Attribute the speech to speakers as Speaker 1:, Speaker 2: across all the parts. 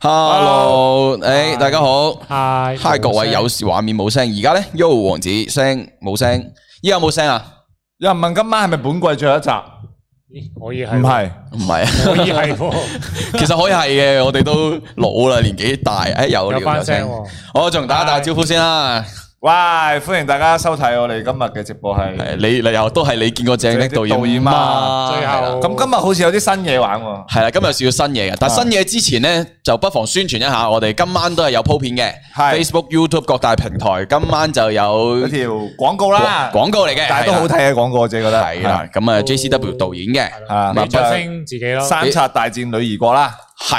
Speaker 1: Hello，诶，大家好
Speaker 2: Hi，
Speaker 1: ，Hi 各位，有時畫面冇聲，而家咧，Yo 王子聲冇聲，依家有冇聲啊？
Speaker 3: 有人問今晚係咪本季最後一集？
Speaker 2: 咦可以系，
Speaker 3: 唔係，
Speaker 1: 唔係啊，
Speaker 2: 可以系，
Speaker 1: 其實可以係嘅，我哋都老啦，年紀大，诶，有
Speaker 2: 有
Speaker 1: 聊有
Speaker 2: 翻
Speaker 1: 聲
Speaker 2: 聲，喎。
Speaker 1: 我仲打打招呼先啦。
Speaker 3: 喂，歡迎大家收睇我哋今日嘅直播係。
Speaker 1: 係你你又都係你見過正的導
Speaker 3: 導
Speaker 1: 演
Speaker 3: 演嘛
Speaker 2: 最後
Speaker 1: 係啦
Speaker 3: 咁今日好似有啲新嘢玩喎。
Speaker 1: 係啦，今日有少少新嘢嘅，但
Speaker 3: 啊
Speaker 1: 係新嘢之前呢，就不妨宣傳一下，我哋今晚都係有鋪片嘅
Speaker 3: 係
Speaker 1: ，Facebook、YouTube 各大平台，今晚就有
Speaker 3: 有條廣告啦，
Speaker 1: 嗯廣廣告嚟嘅
Speaker 3: 但係都好睇嘅廣告，我自己覺得哦
Speaker 1: 係啦，咁啊 JCW 導演嘅。
Speaker 3: 啊
Speaker 2: 啊，
Speaker 3: 咁
Speaker 2: 你
Speaker 3: 就
Speaker 2: 再升自己咯
Speaker 3: 係。三刷大戰女兒國啦。
Speaker 1: 系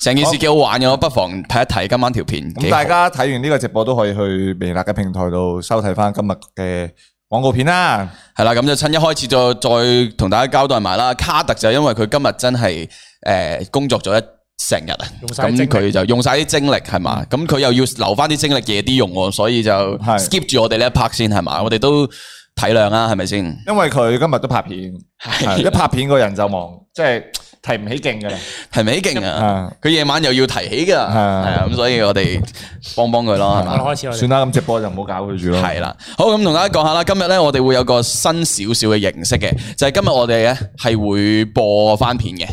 Speaker 1: 成件事幾好玩嘅，我不妨睇一睇今晚條片。
Speaker 3: 咁大家睇完呢個直播都可以去微辣嘅平台度收睇翻今日嘅廣告片啦。
Speaker 1: 系啦，咁就趁一開始就再同大家交代埋啦。卡特就因為佢今日真係诶、呃工作咗一成日啊，
Speaker 2: 用晒啲
Speaker 1: 咁
Speaker 2: 精力
Speaker 1: 佢就用晒啲精力係嘛，咁佢又要留翻啲精力夜啲用喎，所以就
Speaker 3: 係
Speaker 1: skip 住我哋呢一 part 先係嘛，我哋都體諒啦，係咪先？
Speaker 3: 因為佢今日都拍片，係一拍片個人就忙，即係提唔起勁㗎啦。
Speaker 1: 係咪勁啊？
Speaker 3: 啊
Speaker 1: 佢夜晚又要提起噶，係啊，咁所以我哋幫幫佢咯，係嘛
Speaker 2: 我。開始我哋
Speaker 3: 啊算啦，咁直播就唔好搞佢住咯。
Speaker 1: 系啦，好咁同大家講下啦，今日咧我哋會有個新少少嘅形式嘅，就係今日我哋咧係會播翻片嘅，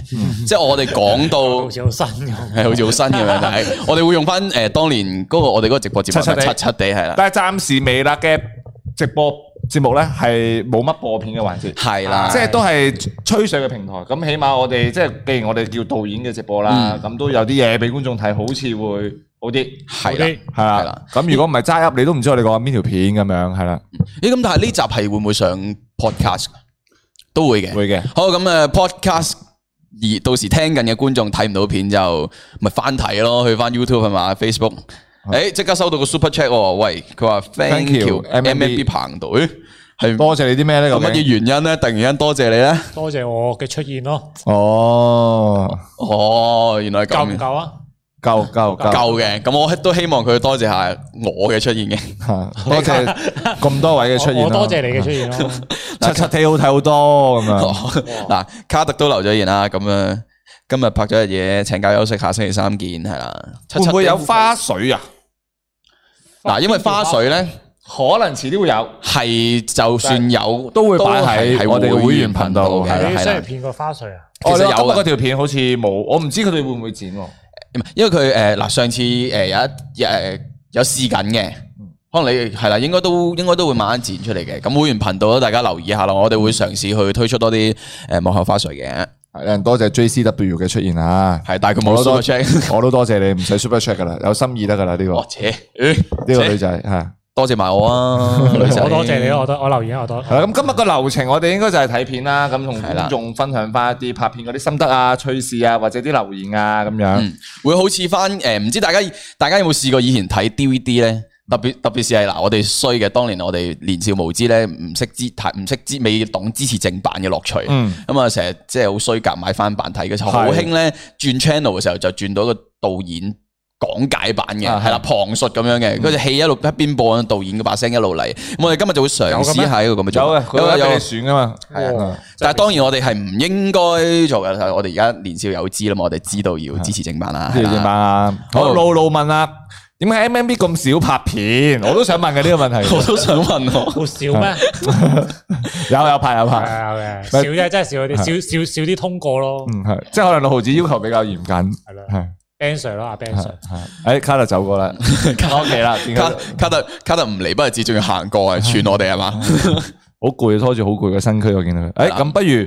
Speaker 1: 即係我哋講到
Speaker 2: 好似好新咁。
Speaker 1: 係好似好新咁樣，但係我哋會用翻诶當年嗰個我哋嗰個直播節目
Speaker 3: 七七地
Speaker 1: 七七地係啦，
Speaker 3: 但系暫時微辣嘅直播節目咧係冇乜播片嘅環節，
Speaker 1: 係啦，
Speaker 3: 即係都係吹水嘅平台。咁起碼我哋即係既然我哋叫導演嘅直播啦，咁、都有啲嘢俾觀眾睇，好似會好啲。
Speaker 1: 係啦。
Speaker 3: 係
Speaker 1: 係
Speaker 3: 啦
Speaker 1: 啦，
Speaker 3: 咁如果唔係揸 up，你都唔知我哋講邊條片咁樣，係啦，
Speaker 1: 咦咁但係呢集係會唔會上 podcast？都會嘅，
Speaker 3: 會嘅。
Speaker 1: 好咁诶，podcast 而到時聽緊嘅觀眾睇唔到片就咪翻睇咯，去翻 YouTube 係嘛，Facebook。诶，即刻收到個 super chat 喎，喂，佢話 thank
Speaker 3: 啊 Thank
Speaker 1: you
Speaker 3: you，
Speaker 1: M M B 彭導，咦係
Speaker 3: 多謝你啲咩咧？
Speaker 1: 有
Speaker 3: 咁
Speaker 1: 乜嘢原因咧？突然間多謝你咧？
Speaker 2: 多謝我嘅出現咯，
Speaker 3: 哦，
Speaker 1: 哦，原來係
Speaker 2: 夠唔
Speaker 1: 咁
Speaker 2: 夠啊？
Speaker 3: 夠夠夠，
Speaker 1: 夠嘅，咁我都希望佢多謝下我嘅出現嘅。
Speaker 3: 多謝咁多位嘅出
Speaker 2: 我
Speaker 3: 現
Speaker 2: 我
Speaker 3: 啦。
Speaker 2: 多謝你嘅出現咯。
Speaker 3: 七七睇好睇好多咁樣。
Speaker 1: 嗱，卡特都留咗言啦，咁啊，今日拍咗日嘢，請假休息，下星期三見，係啦。七
Speaker 3: 會
Speaker 1: 七
Speaker 3: 唔會有花絮啊？
Speaker 1: 嗱？因為花絮咧。
Speaker 3: 可能遲啲會有。
Speaker 1: 係就算有
Speaker 3: 都會
Speaker 1: 都
Speaker 3: 擺喺
Speaker 1: 係
Speaker 3: 我哋嘅會員頻道
Speaker 1: 嘅，
Speaker 2: 你
Speaker 1: 係
Speaker 2: 真係
Speaker 1: 啦。
Speaker 2: 騙過花絮
Speaker 3: 哦
Speaker 2: 啊？
Speaker 1: 其實有
Speaker 3: 我覺得
Speaker 1: 嘅
Speaker 3: 嗰條片好似冇，我唔知佢哋會唔會剪喎。
Speaker 1: 唔係因為佢誒嗱上次誒有一誒有試緊嘅，
Speaker 3: 嗯
Speaker 1: 可能你係啦，應該都應該都會慢慢剪出嚟嘅。咁會員頻道咧，大家留意下啦，我哋會嘗試去推出多啲誒幕後花絮嘅。
Speaker 3: 有人多謝 JCW 嘅出現啊！
Speaker 1: 係，但係佢冇
Speaker 3: 我都
Speaker 1: super check。
Speaker 3: 我都多謝你，唔使 super check 噶啦，有心意得噶啦呢個
Speaker 1: 我
Speaker 3: 呢
Speaker 1: 切，
Speaker 3: 個女仔嚇。
Speaker 1: 多謝埋我啊，女仔。
Speaker 2: 我多謝你咯，我多我留言啊我多。
Speaker 3: 係啦，咁今日個流程我哋應該就係睇片啦，咁同
Speaker 1: 係啦
Speaker 3: 觀眾分享翻一啲拍片嗰啲心得啊、趣事啊，或者啲留言啊咁樣。
Speaker 1: 會好似翻誒，呃唔、知大家大家有冇試過以前睇 DVD 咧？特別特別是係嗱，我哋衰嘅，當年我哋年少無知咧，唔識支睇，唔識支未懂支持正版嘅樂趣。
Speaker 3: 嗯
Speaker 1: 咁啊，成日即係好衰格買翻版睇嘅時候，好
Speaker 3: 係
Speaker 1: 興咧轉 channel 嘅時候就轉到一個導演講解版嘅，
Speaker 3: 啊
Speaker 1: 係啦旁述咁樣嘅，嗰隻戲一路一邊播，導演嘅把聲一路嚟。咁我哋今日就會嘗
Speaker 2: 有嘅
Speaker 1: 試
Speaker 2: 咩
Speaker 1: 下呢個咁嘅
Speaker 3: 有
Speaker 1: 做
Speaker 3: 啊，
Speaker 1: 法。
Speaker 3: 佢有俾
Speaker 1: 有
Speaker 3: 你選噶嘛。
Speaker 1: 係
Speaker 2: 哇
Speaker 3: 啊
Speaker 1: 但係當然我哋係唔應該做嘅，我哋而家年少有知啦嘛，我哋知道要支持正版啦。
Speaker 3: 呢條
Speaker 1: 係
Speaker 3: 點
Speaker 1: 啦
Speaker 3: 版啊？
Speaker 1: 好
Speaker 3: 好，露露問啦，點解 MMB 咁少拍片？我都想問嘅呢個問題。
Speaker 1: 我 都想問我，
Speaker 2: 好少咩？
Speaker 3: 有有拍有
Speaker 2: 係
Speaker 3: 拍。
Speaker 2: 啊係啊少啫，真係少啲，少少少啲通過咯。
Speaker 3: 嗯，系，即系可能六毫子要求比較嚴謹，
Speaker 2: 係
Speaker 3: 係
Speaker 2: 啦，Ben Sir 咯，阿啊 Ben Sir，
Speaker 3: 係诶，哎卡特走過啦，OK 啦，點解
Speaker 1: 卡卡特卡特唔嚟，不止仲要行過啊，串我哋係嘛？
Speaker 3: 好攰，拖住好攰嘅身軀，我見到佢，诶，咁不如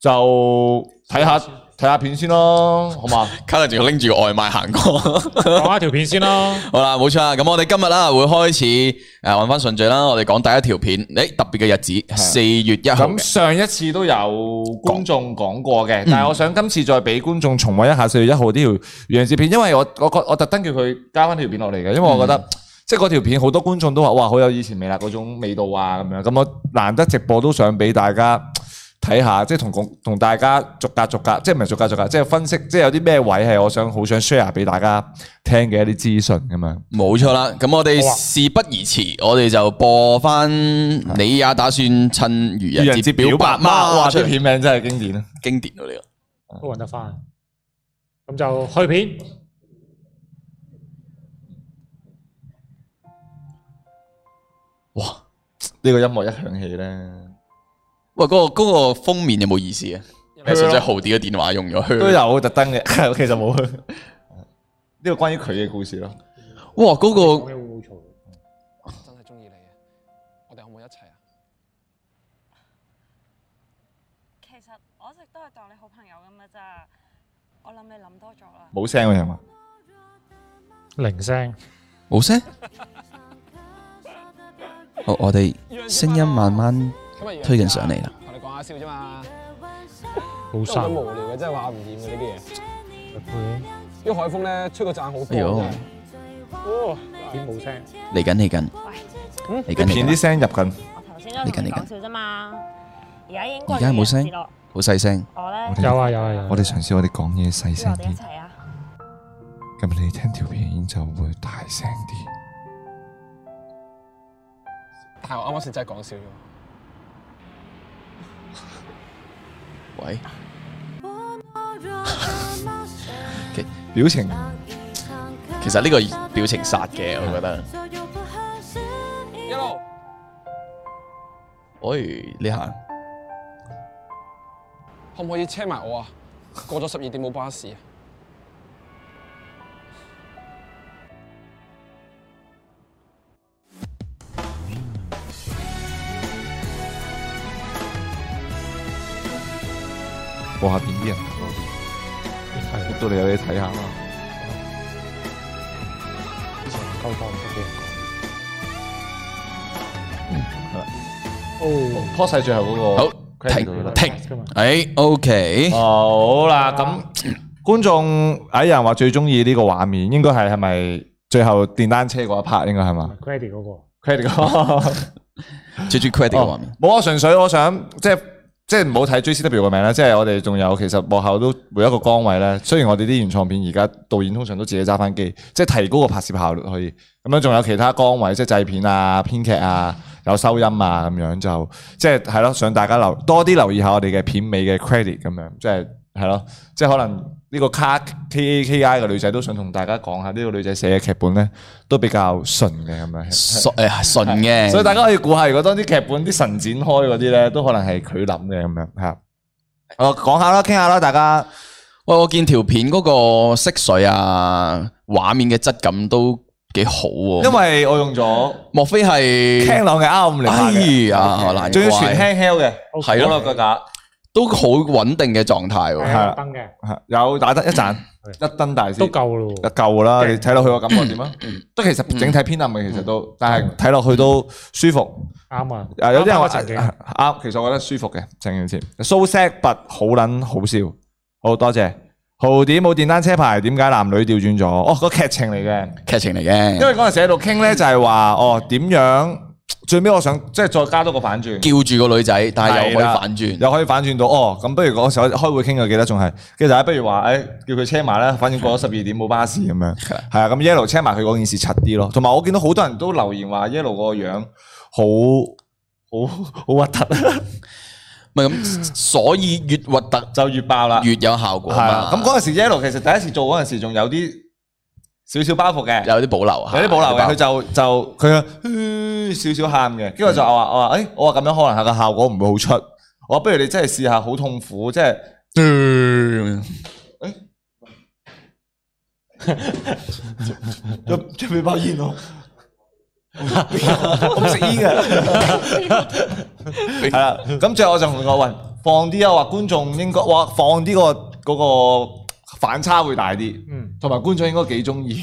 Speaker 3: 就睇下睇下片先咯，好嘛？
Speaker 1: 卡特仲要拎住個外賣行 過。
Speaker 2: 講下條片先咯。
Speaker 1: 好啦，冇錯啦。咁我哋今日啦會開始诶揾翻順序啦。我哋講第一條片，诶特別嘅日子，四月一號
Speaker 3: 咁
Speaker 1: 嘅。
Speaker 3: 上一次都有觀眾講過嘅，但係我想今次再俾觀眾重温一下四月一號呢條楊志片，因為我我覺我特登叫佢加翻條片落嚟嘅，因為我覺得、即係嗰條片好多觀眾都話哇好有以前微辣嗰種味道啊咁樣，咁我難得直播都想俾大家。睇下，即係同共同大家逐格逐格，即係唔係逐格逐格，即係分析，即係有啲咩位係我想好想 share 俾大家聽嘅一啲資訊咁樣。
Speaker 1: 冇錯啦。咁我哋
Speaker 2: 好啊
Speaker 1: 事不宜遲，我哋就播翻你也打算趁愚人節表白嗎？
Speaker 3: 哇！
Speaker 1: 出
Speaker 3: 啲
Speaker 1: 嚟
Speaker 3: 片名真係經典啊！
Speaker 1: 經典喎呢個。
Speaker 2: 都揾得翻。咁就去片，
Speaker 3: 呢個音樂一響起咧，
Speaker 1: 喂，嗰個嗰個封面有冇意思啊？係純粹豪啲嘅電話用咗去。
Speaker 3: 都有特登嘅，其 實冇。呢個關於佢嘅故事咯，
Speaker 1: 哇！嗰個
Speaker 2: 會唔會嘈？
Speaker 4: 真係中意你嘅，我哋可唔可以一齊啊？
Speaker 5: 其實我一直都係當你好朋友咁嘅咋，我諗你諗多咗啦。
Speaker 3: 冇聲嘅係嘛？
Speaker 2: 零聲，
Speaker 1: 冇聲。好，我哋聲音慢慢
Speaker 4: 今日
Speaker 1: 推進上嚟啦。
Speaker 4: 同你講下笑啫嘛，
Speaker 2: 好
Speaker 4: 真係好
Speaker 2: 生
Speaker 4: 無聊嘅，真係話唔厭嘅呢啲嘢。
Speaker 2: 配
Speaker 4: 因為海風咧吹個讚好高
Speaker 1: 哎呦
Speaker 4: 嘅，
Speaker 2: 點冇聲？
Speaker 1: 嚟緊嚟緊嚟緊
Speaker 3: 片
Speaker 1: 嚟
Speaker 3: 啲
Speaker 1: 緊，
Speaker 3: 聲入緊，
Speaker 5: 我頭先都同你講笑啫嘛，而家已經過
Speaker 1: 而家冇聲
Speaker 5: 完節咯
Speaker 1: 好細聲。
Speaker 5: 我咧，
Speaker 2: 有啊有啊有啊。
Speaker 3: 我哋嘗試我哋講嘢細
Speaker 5: 不如我哋
Speaker 3: 聲
Speaker 5: 一
Speaker 3: 啲，
Speaker 5: 齊啊！
Speaker 3: 咁你聽條片就會大聲啲。
Speaker 4: 但係我啱啱先真係講笑咗。
Speaker 1: 喂，
Speaker 3: 表情
Speaker 1: 其實呢個表情殺嘅，我覺得。
Speaker 4: 一
Speaker 6: 哎
Speaker 4: 路
Speaker 1: 喂，你行。
Speaker 4: 可唔可以車埋我啊？過咗十二點冇巴士啊！
Speaker 3: 播下邊啲人多啲，
Speaker 2: 係
Speaker 3: 到你有嘢睇下啦。
Speaker 2: 以前溝通唔識嘅。
Speaker 3: 拖晒最後嗰個，
Speaker 1: 好停停。誒，OK。
Speaker 3: 哦好啦，咁 觀眾有人話最中意呢個畫面，應該係係咪最後電單車嗰一 part 應該係嘛
Speaker 2: credit 嗰個。
Speaker 3: ？credit 嗰
Speaker 1: 最中意 credit
Speaker 3: 個
Speaker 1: 嘅畫面。
Speaker 3: 冇啊，純粹我想即係即係唔好睇 JCW 個名啦，即係我哋仲有其實幕後都每一個崗位咧。雖然我哋啲原創片而家導演通常都自己揸翻機，即係提高個拍攝效率可以。咁樣仲有其他崗位，即係製片啊、編劇啊、有收音啊咁樣就即係係咯，想大家留多啲留意下我哋嘅片尾嘅 credit 咁樣，即係係咯，即係可能呢個卡 K A K I 嘅女仔都想同大家講下，呢個女仔寫嘅劇本咧都比較純嘅咁樣。
Speaker 1: 純誒純嘅，
Speaker 3: 所以大家可以估下，如果當啲劇本啲神展開嗰啲咧，都可能係佢諗嘅咁樣嚇。我講下啦，傾下啦，大家
Speaker 1: 喂，我見條片嗰個色水啊，畫面嘅質感都幾好喎。
Speaker 3: 因為我用咗
Speaker 1: 莫非係
Speaker 3: 聽朗嘅 R 五零八
Speaker 1: 哎
Speaker 3: 嘅，
Speaker 1: 呀，難
Speaker 3: 仲要全
Speaker 1: 怪
Speaker 3: handheld 嘅，
Speaker 1: 係咯
Speaker 3: 攞落個架，
Speaker 1: 都好穩定嘅狀態
Speaker 2: 係
Speaker 1: 喎。
Speaker 2: 啊，燈嘅
Speaker 3: 係有打得一盞一燈大
Speaker 2: 都
Speaker 3: 先。
Speaker 2: 夠咯喎。
Speaker 3: 嗯夠啦，你睇落去個感覺點啊？都其實整體偏暗嘅，其實都，但係睇落去都舒服。
Speaker 2: 啱啊！
Speaker 3: 啊，有啲人話
Speaker 2: 啱啱嗰情景
Speaker 3: 啊啱，其實我覺得舒服嘅整件事。So sad but 好撚好笑，好多謝。豪點冇電單車牌，點解男女調轉咗？哦，個劇情嚟嘅，
Speaker 1: 劇情嚟
Speaker 3: 因
Speaker 1: 嘅，
Speaker 3: 為嗰陣時喺度傾咧，就係話哦點樣？最尾我想即係再加多個反轉。
Speaker 1: 叫住個女仔，但係又可
Speaker 3: 係
Speaker 1: 以
Speaker 3: 啦
Speaker 1: 反轉。
Speaker 3: 又可以反轉到哦，咁不如嗰時候開會傾嘅記得仲係，跟住大家不如話，誒、叫佢車埋啦，反正過咗十二點冇巴士咁樣，
Speaker 1: 係啦
Speaker 3: 係啊，咁 yellow 車埋佢嗰件事柒啲咯，同埋我見到好多人都留言話 yellow 個樣好好好核突，啊
Speaker 1: 唔係咁，所以越核突
Speaker 3: 就越爆啦，
Speaker 1: 越有效果
Speaker 3: 啊係
Speaker 1: 嘛。，
Speaker 3: 啊咁嗰陣時 yellow 其實第一次做嗰陣時仲有啲少少包袱嘅，
Speaker 1: 有啲保留，啊
Speaker 3: 有啲保留啊嘅，佢
Speaker 1: 有啲
Speaker 3: 就就佢啊 呃少少喊嘅，跟住我就話
Speaker 1: 嗯
Speaker 3: 我話誒，我話咁樣可能係個效果唔會好出，我話不如你真係試下好痛苦，即係。入出俾包煙咯。我唔食煙 嘅，係啦。咁最後我就同佢講：喂，放啲啊！話觀眾應該，哇，放啲個嗰個反差會大啲，
Speaker 2: 嗯，
Speaker 3: 同埋觀眾應該幾中 意，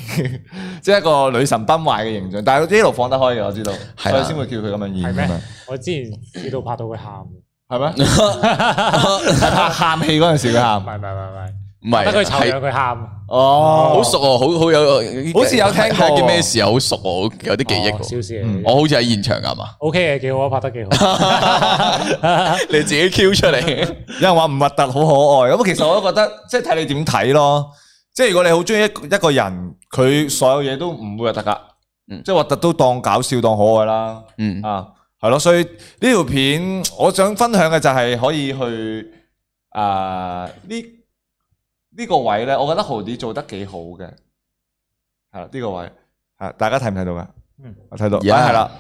Speaker 3: 即係一個女神崩壞嘅形象。但係呢度放得開嘅，我知道，
Speaker 1: 係
Speaker 3: 所以
Speaker 1: 啦
Speaker 3: 先會叫佢咁樣演
Speaker 2: 係
Speaker 3: 咁
Speaker 2: 咩
Speaker 3: 樣，？
Speaker 2: 我之前試到拍到佢喊，唔
Speaker 3: 係咩？係拍喊戲嗰陣時佢喊，
Speaker 2: 係唔係唔係唔係，
Speaker 1: 唔係
Speaker 2: 得佢醜樣
Speaker 1: 係
Speaker 2: 佢喊，
Speaker 3: 哦，
Speaker 1: 好熟喎，好好有，
Speaker 3: 好似有聽過喎
Speaker 1: 件咩事啊？好熟喎，好有啲記憶
Speaker 2: 哦
Speaker 1: 喎。
Speaker 2: 小事
Speaker 3: 嗯
Speaker 2: 嚟嘅。
Speaker 1: 我好似喺現場㗎 嘛，
Speaker 2: O K 嘅，幾好啊，拍得幾好。
Speaker 1: 你自己 Q 出嚟。
Speaker 3: 有人話唔核突好可愛，咁其實我都覺得即係睇你點睇咯。即係如果你好中意一一個人，佢所有嘢都唔會核突噶，
Speaker 1: 嗯
Speaker 3: 即係核突都當搞笑當可愛啦。
Speaker 1: 嗯，
Speaker 3: 啊，係咯，所以呢條片我想分享嘅就係可以去啊呢呢個位咧，我覺得豪啲做得幾好嘅，係啦呢個位，係大家睇唔睇到噶？
Speaker 2: 嗯
Speaker 3: 我睇到，啊
Speaker 1: Yeah
Speaker 3: 係啦，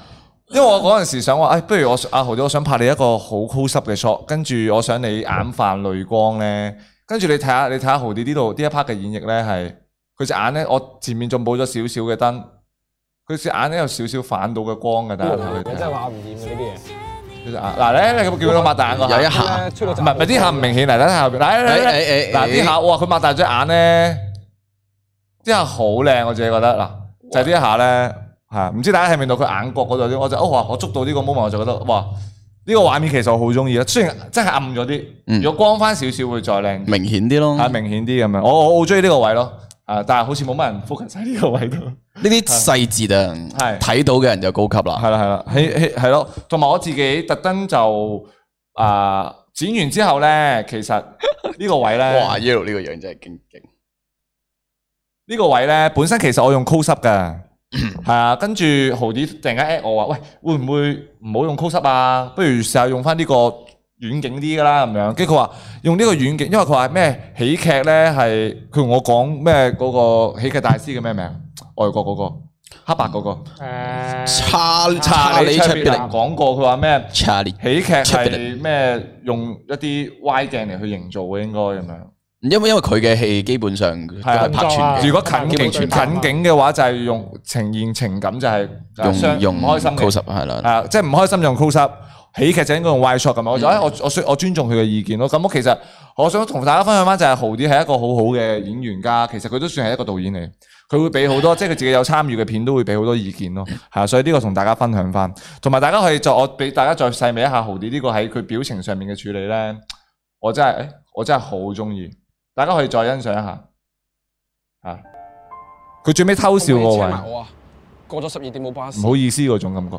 Speaker 3: 因為我嗰陣時想話，誒、哎不如我阿豪姐，我想拍你一個好 close up 嘅 shot，跟住我想你眼泛淚光咧，跟住你睇下，你睇下豪姐呢度呢一 part 嘅演繹咧係，佢隻眼咧，我前面仲補咗少少嘅燈，佢隻眼咧有少少反到嘅光嘅，但係
Speaker 1: 哦
Speaker 3: 佢
Speaker 7: 你
Speaker 3: 睇
Speaker 7: 真係話唔掂嘅呢啲嘢。
Speaker 3: 佢隻眼嗱咧，你有冇見到佢擘大眼個
Speaker 1: 有一
Speaker 3: 下？
Speaker 1: 下，
Speaker 7: 咧，出到
Speaker 3: 哎唔係唔係啲下唔明顯嚟，睇下邊
Speaker 1: 誒
Speaker 3: 嗱嗱
Speaker 1: 誒
Speaker 3: 嗱
Speaker 1: 誒
Speaker 3: 嗱啲下，哇！佢擘大隻眼咧，啲下好靚，我自己覺得嗱，就係呢一下咧，係唔知大家係咪到佢眼角嗰度啲，我就哦哇！我捉到呢個 moment，我就覺得哇！呢個畫面其實我好中意啦，雖然真係暗咗
Speaker 1: 嗯
Speaker 3: 啲，如果光翻少少會再靚啲，
Speaker 1: 明顯啲咯。
Speaker 3: 係啊明顯啲咁樣。我我好中意呢個位咯，啊！但係好似冇乜人 focus 喺呢個位度。
Speaker 1: 呢啲細節啊
Speaker 3: 係，
Speaker 1: 睇到嘅人就高級啦。
Speaker 3: 係啦係啦，係係係咯，同埋我自己特登就啊剪完之後咧，其實呢個位 咧。
Speaker 1: 哇，Yellow 呢個樣真係勁勁。
Speaker 3: 呢個位咧，本身其實我用 close up 嘅，係啊，跟住豪啲突然間 at 我話，喂，會唔會唔好用 close up 啊？不如試下用翻呢個遠景啲㗎啦，咁樣。跟住佢話用呢個遠景，因為佢話咩喜劇咧係佢同我講咩嗰個喜劇大師嘅咩名？外國嗰、個黑白嗰、個
Speaker 2: 誒，
Speaker 1: 查查理
Speaker 3: 出
Speaker 1: 卓別
Speaker 3: 邊
Speaker 1: 靈，
Speaker 3: 講過，佢話咩
Speaker 1: 查理，
Speaker 3: 喜劇
Speaker 1: 卓別林
Speaker 3: 係咩用一啲歪鏡嚟去營造嘅應該咁樣。
Speaker 1: 因為因為佢嘅戲基本上都
Speaker 3: 啊
Speaker 1: 係拍全
Speaker 3: 如
Speaker 1: 景，
Speaker 3: 果近景近景嘅話，就係用呈現情感，就係
Speaker 1: 用用
Speaker 3: 唔開心嘅
Speaker 1: close up 係啦。
Speaker 3: 啊，即係唔開心用 close up，喜劇就應該用 wide shot 咁樣。我
Speaker 4: 嗯
Speaker 3: 就誒哎我我尊我尊重佢嘅意見咯。咁我其實我想同大家分享翻就係豪啲係一個好好嘅演員家，其實佢都算係一個導演嚟，佢會俾好多即係佢自己有參與嘅片都會俾好多意見 咯。係啊，所以呢個同大家分享翻，同埋大家可以再我俾大家再細味一下豪啲呢個喺佢表情上面嘅處理咧，我真係誒我真係好中意，大家可以再欣賞一下啊！佢最尾偷笑
Speaker 4: 可唔
Speaker 3: 我
Speaker 4: 可
Speaker 3: 位
Speaker 4: 以車，埋我啊！過咗十二點冇巴士
Speaker 3: 唔。好意思嗰種感覺。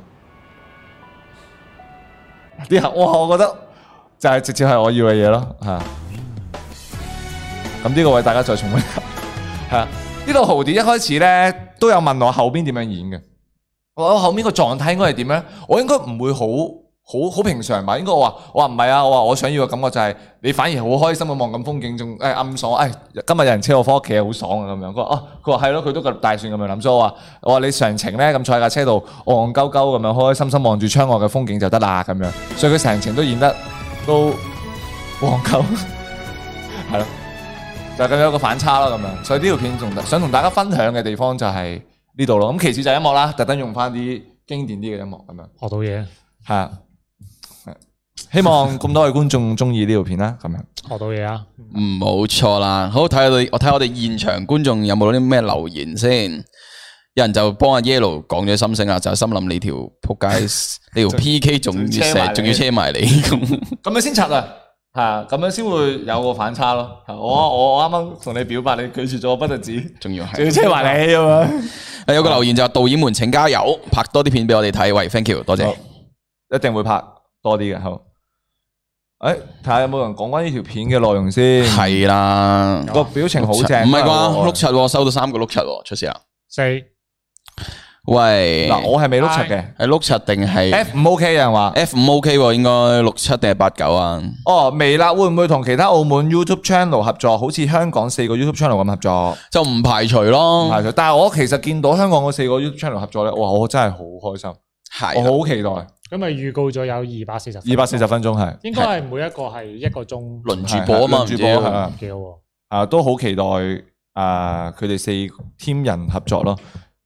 Speaker 3: 啲客哇，我覺得就係直接係我要嘅嘢咯，嚇。咁呢個位大家再重温一下，係啊。呢度豪迪一開始咧都有問我後邊點樣演嘅，我後面個狀態應該係點咧？我應該唔會好好好平常吧？應該我話我話唔係啊，我話我想要嘅感覺就係、你反而好開心咁望咁風景，仲誒暗爽，誒、今日有人車我翻屋企好爽啊咁樣。佢話哦，佢話係咯，佢都大蒜咁樣諗，所以我話我話你常情咧咁坐喺架車度戇鳩鳩咁樣開開心心望住窗外嘅風景就得啦咁樣，所以佢成程都演得都戇鳩， 係咯。就咁有一個反差啦咁樣，所以呢條片仲想同大家分享嘅地方就係呢度咯。咁其次就係音樂啦，特登用翻啲經典啲嘅音樂咁樣，
Speaker 2: 學到嘢，
Speaker 3: 係啊。希望咁多位觀眾中意呢條片啦，咁樣。
Speaker 2: 學到嘢啊！
Speaker 1: 嗯，冇錯啦。好睇下我哋我睇我哋現場觀眾有冇啲咩留言先。有人就幫阿 Yellow 講咗心聲啦，就係心諗你條仆街， 你條 PK 仲要
Speaker 3: 仲要車
Speaker 1: 成
Speaker 3: 埋你
Speaker 1: 仲要車埋你咁。
Speaker 3: 咁樣先拆啊，係啊，咁樣先會有個反差咯。
Speaker 1: 嗯
Speaker 3: 係我我我啱啱同你表白，你拒絕咗我不特止，
Speaker 1: 仲要係
Speaker 3: 仲要車埋你咁樣。
Speaker 1: 有個留言就話導演們請加油，拍多啲片俾我哋睇。喂，thank you，多謝
Speaker 3: 好。一定會拍多啲嘅。好，誒，睇下有冇人講關於條片嘅內容先。
Speaker 1: 係啦，
Speaker 3: 個表情嗯好正，啊
Speaker 1: 唔係啩？
Speaker 3: 我
Speaker 1: 碌柒喎，收到三個碌柒喎，出事啦！
Speaker 2: 四
Speaker 1: 喂，
Speaker 3: 嗱，我係未碌柒嘅。
Speaker 1: 係碌柒定係
Speaker 3: F 唔 OK 啊有人話，
Speaker 1: F 五 OK 喎？應該六七定係八九啊？
Speaker 3: 哦，微辣會唔會同其他澳門 YouTube channel 合作，好似香港四個 YouTube channel 咁合作？
Speaker 1: 就唔排除
Speaker 3: 唔
Speaker 1: 咯
Speaker 3: 排，除，但係我其實見到香港嗰四個 YouTube channel 合作咧，哇！我真係好開心，
Speaker 1: 係啊啦
Speaker 3: 我好期待。二
Speaker 2: 咁咪預告咗有二百四十，
Speaker 3: 百四十，分鐘係
Speaker 2: 應該係每一個係一個鐘，
Speaker 1: 輪住播啊嘛，唔
Speaker 3: 輪
Speaker 1: 知
Speaker 3: 住播係啊
Speaker 2: 幾好喎。
Speaker 3: 啊，都好期待啊！佢哋四 team 人合作咯。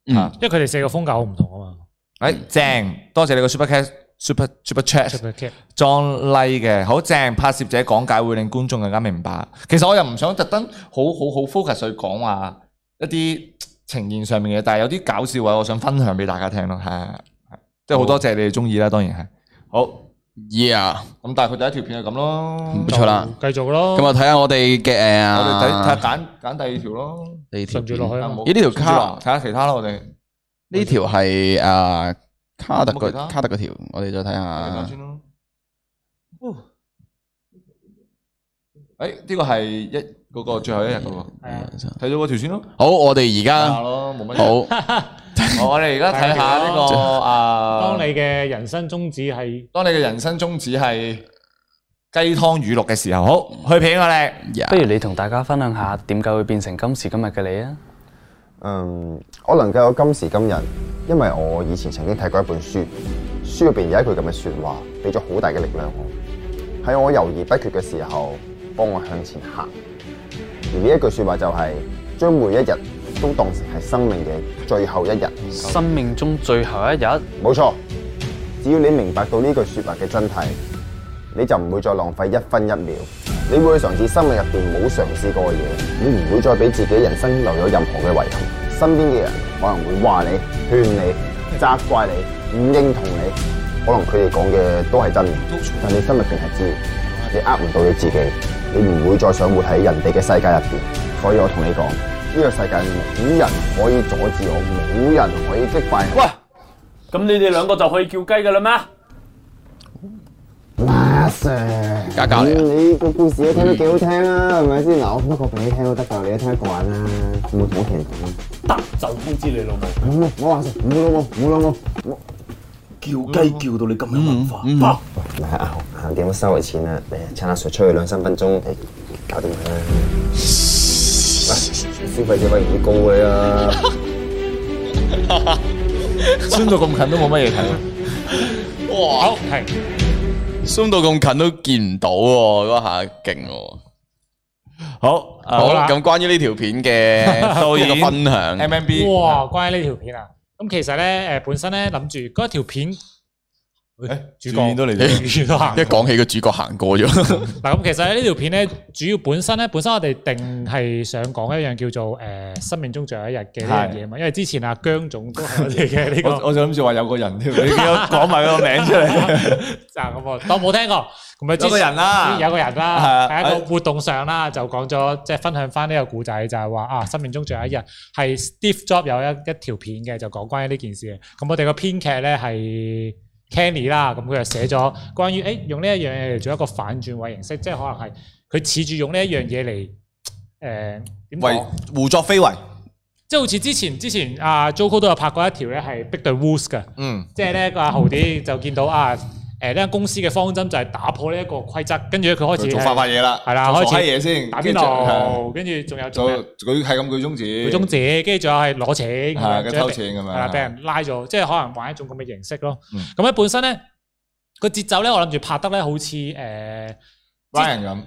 Speaker 1: 嗯
Speaker 3: 啊，
Speaker 2: 因為佢哋四個風格好唔同啊嘛。
Speaker 3: 誒正，多謝你個 super chat super super chat。
Speaker 2: Super Cat
Speaker 3: John Lee 嘅好正，拍攝者講解會令觀眾更加明白。其實我又唔想特登好好好 focus 去講話一啲呈現上面嘅嘢，但係有啲搞笑位，我想分享俾大家聽咯。係係，係即係好多謝你哋中意啦，當然係。好，
Speaker 1: 啊，yeah，
Speaker 3: 咁但係佢第一條片係咁咯，
Speaker 1: 唔錯啦。
Speaker 2: 繼續咯，
Speaker 1: 咁啊，睇下我哋嘅誒，
Speaker 3: 我哋睇睇下揀揀第二條咯。
Speaker 1: 呢條
Speaker 2: 順住落去啊嘛。
Speaker 1: 咦呢條卡
Speaker 3: 睇下其他啦，我哋
Speaker 1: 呢條係誒卡特
Speaker 3: 有冇其
Speaker 1: 個
Speaker 3: 他
Speaker 1: 卡特個條，我哋再睇
Speaker 3: 睇下
Speaker 1: 下
Speaker 3: 先咯。誒，呢個係一嗰個最後一日嗰個，
Speaker 2: 係啊，
Speaker 3: 睇咗嗰條先咯。
Speaker 1: 好，我哋而
Speaker 3: 睇下
Speaker 1: 家
Speaker 3: 咯，冇乜嘢。
Speaker 1: 好。
Speaker 3: 我我哋而家睇下呢個啊，
Speaker 2: 當你嘅人生宗旨係
Speaker 3: 當你嘅人生宗旨係雞湯語錄嘅時候，好去片我哋。
Speaker 1: Yeah
Speaker 8: 不如你同大家分享下點解會變成今時今日嘅你啊？
Speaker 9: 嗯，我能夠有今時今日，
Speaker 7: 因為我以前曾經睇過一本書，書入邊有一句咁嘅説話，俾咗好大嘅力量我。喺我猶豫不決嘅時候，幫我向前行。而呢一句説話就係、將每一日都當成係生命嘅最後一日。
Speaker 8: 生命中最後一日。
Speaker 7: 冇錯，只要你明白到呢句説話嘅真諦，你就唔會再浪費一分一秒，你會去嘗試生命入邊冇嘗試過嘅嘢，你唔會再俾自己人生留有任何嘅遺憾。身邊嘅人可能會話你、勸你、責怪你、唔認同你，可能佢哋講嘅都係真嘅，但你心入邊係知，你呃唔到你自己，你唔會再想活喺人哋嘅世界入邊。所以我同你講，呢、個世界冇人可以阻止我，冇人可以擊敗我。
Speaker 9: 咁你哋兩個就可以叫雞噶啦咩？
Speaker 7: 阿 Sir，
Speaker 1: 家教嚟啊
Speaker 7: 你個故事都聽得幾好聽啊，係咪先？嗱，我不過俾你聽都得㗎，你都聽得慣啦，唔好同屋企人講
Speaker 9: 得就通知你老母。
Speaker 7: 唔好唔好話事，唔好老母，唔好老母。
Speaker 10: 叫雞
Speaker 9: 嗯
Speaker 10: 叫到你咁有文化，啊
Speaker 7: 嗱，阿紅，阿點都收嚟錢啊啦，你趁阿 Sir 出去兩三分鐘，誒，搞掂佢啦。喂，消費者咪唔高你啊！
Speaker 3: 酸到咁近都冇乜嘢睇。
Speaker 1: 哇！
Speaker 2: 好係
Speaker 1: 鬆到咁近都見唔到喎，嗰下勁喎。
Speaker 3: 好，
Speaker 1: 啊好啦，
Speaker 2: 啦
Speaker 1: 咁關於呢條片 嘅
Speaker 3: 導演
Speaker 1: 一個分 享，
Speaker 3: M M B，
Speaker 2: 哇！關於呢條片啊，咁其實咧誒本身咧諗住嗰條片，誒主角
Speaker 3: 演都嚟咗，
Speaker 2: 主角都行
Speaker 1: 一講起個主角行過咗，
Speaker 2: 嗱，咁其實呢條片咧，主要本身咧，本身我哋定係想講一樣叫做誒、呃生命中最後一日嘅呢樣嘢嘛，因為之前阿姜總都係我哋嘅 呢個
Speaker 3: 我我就諗住話有個 人添，你講埋個名出 嚟，
Speaker 2: 站咁我當冇聽過，咁啊
Speaker 3: 有個人啦，
Speaker 2: 有個人
Speaker 3: 係
Speaker 2: 啦，
Speaker 3: 啊
Speaker 2: 喺一個活動上啦，就講咗即係分享翻呢個故仔，就係話啊，生命中最後一日係 Steve Jobs 有一一條片嘅，就講關於呢件事嘅。咁我哋個編劇咧係 Kenny 啦，咁佢就寫咗關於誒、欸用呢一樣嘢嚟做一個反轉位形式，即係可能係佢恃住用呢一樣嘢嚟誒點
Speaker 3: 為
Speaker 2: 講？
Speaker 3: 胡作非為，
Speaker 2: 即係好似之前之前阿 Jojo 都有拍過一條咧係逼對 Wolves 嘅。
Speaker 3: 嗯，
Speaker 2: 即係咧個阿豪啲就見到啊，誒呢間公司嘅方針就係打破呢一個規則，跟住咧佢開始
Speaker 3: 做發發嘢啦，
Speaker 2: 係啦
Speaker 3: 做
Speaker 2: 開始
Speaker 3: 傻閪嘢先，
Speaker 2: 打邊爐，跟住仲有
Speaker 3: 就
Speaker 2: 做咩
Speaker 3: 舉係咁舉中指，
Speaker 2: 舉中指，跟住仲有係攞錢咁樣，
Speaker 3: 係跟住
Speaker 2: 仲
Speaker 3: 偷
Speaker 2: 有
Speaker 3: 錢咁樣
Speaker 2: 係啦，俾人拉咗，即係可能玩一種咁嘅形式咯
Speaker 3: 嗯。
Speaker 2: 咁咧本身咧個節奏咧，我諗住拍得咧好似誒。
Speaker 3: 拉人咁，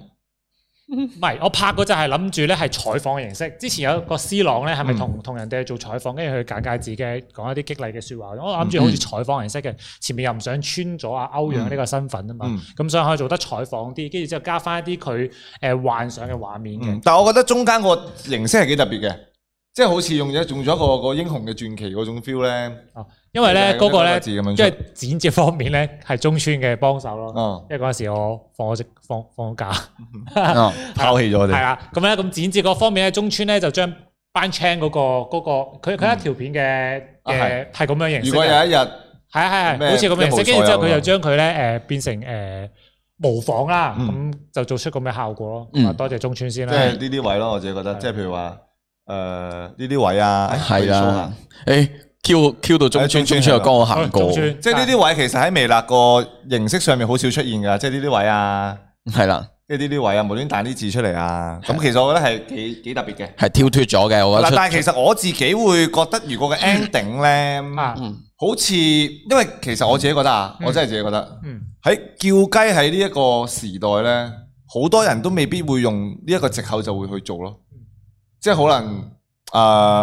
Speaker 2: 唔係，我拍嗰就係諗住咧係採訪嘅形式。之前有個 C 朗咧，係
Speaker 3: 嗯
Speaker 2: 咪同同人哋做採訪，跟住佢簡介自己，講一啲激勵嘅説話。我諗
Speaker 3: 嗯
Speaker 2: 住好似採訪形式嘅，前面又唔想穿咗阿歐陽呢個身份啊嘛，
Speaker 3: 嗯
Speaker 2: 咁、想可以做得採訪啲，跟住之後加翻一啲佢誒幻想嘅畫面嘅。
Speaker 3: 嗯，但係我覺得中間個形式係幾特別嘅，即係好似用咗用咗一個個英雄嘅傳奇嗰種 feel 咧，
Speaker 2: 哦，因為咧
Speaker 3: 就係
Speaker 2: 嗰個
Speaker 3: 一
Speaker 2: 咧，
Speaker 3: 字咁樣
Speaker 2: 因
Speaker 3: 出
Speaker 2: 為剪接方面咧係中村嘅幫手咯。
Speaker 3: 哦，
Speaker 2: 因為嗰陣時我放我職放放假，
Speaker 1: 啊拋棄咗我
Speaker 2: 係
Speaker 1: 哋。
Speaker 2: 啦，咁咧咁剪接嗰方面咧，中村咧就將班 chain 嗰個嗰、個佢佢一條片嘅
Speaker 3: 嗯啊係
Speaker 2: 嘅係咁樣形式嘅。
Speaker 3: 如果有一日
Speaker 2: 係啊係係，
Speaker 3: 咩
Speaker 2: 好似咁嘅形式，
Speaker 3: 一無所
Speaker 2: 跟
Speaker 3: 有
Speaker 2: 住之後佢就
Speaker 3: 咁啊
Speaker 2: 將佢咧誒變成誒、呃模仿啦，咁、
Speaker 3: 嗯
Speaker 2: 就做出咁嘅效果咯。
Speaker 1: 嗯
Speaker 2: 咁啊多謝中村先
Speaker 3: 即係
Speaker 2: 啦。
Speaker 3: 呢啲位咯，我自己覺得，即係譬如話誒呢啲位啊，
Speaker 1: 係
Speaker 3: 可以 show 下
Speaker 1: 啦，誒 Q Q 到中村，
Speaker 3: 誒中
Speaker 1: 中
Speaker 3: 村
Speaker 1: 村又
Speaker 3: 係啦
Speaker 1: 剛我
Speaker 2: 好
Speaker 1: 行過，
Speaker 2: 哎中村，啊
Speaker 3: 即係呢啲位其實喺微辣個形式上面好少出現㗎，即係呢啲位啊，
Speaker 1: 係啦，
Speaker 3: 即係呢啲位啊，無端彈啲字出嚟啊，咁其實我覺得係幾幾特別嘅。
Speaker 1: 係跳脱咗嘅，我覺得
Speaker 3: 嗱，
Speaker 1: 出。
Speaker 3: 但係其實我自己會覺得，如果個 ending 咧，
Speaker 2: 啊，
Speaker 3: 好似因為其實我自己覺得啊，
Speaker 2: 嗯
Speaker 3: 我真係自己覺得
Speaker 2: 嗯，
Speaker 3: 喺叫雞喺呢一個時代咧，好多人都未必會用呢一個藉口就會去做咯，即係可能啊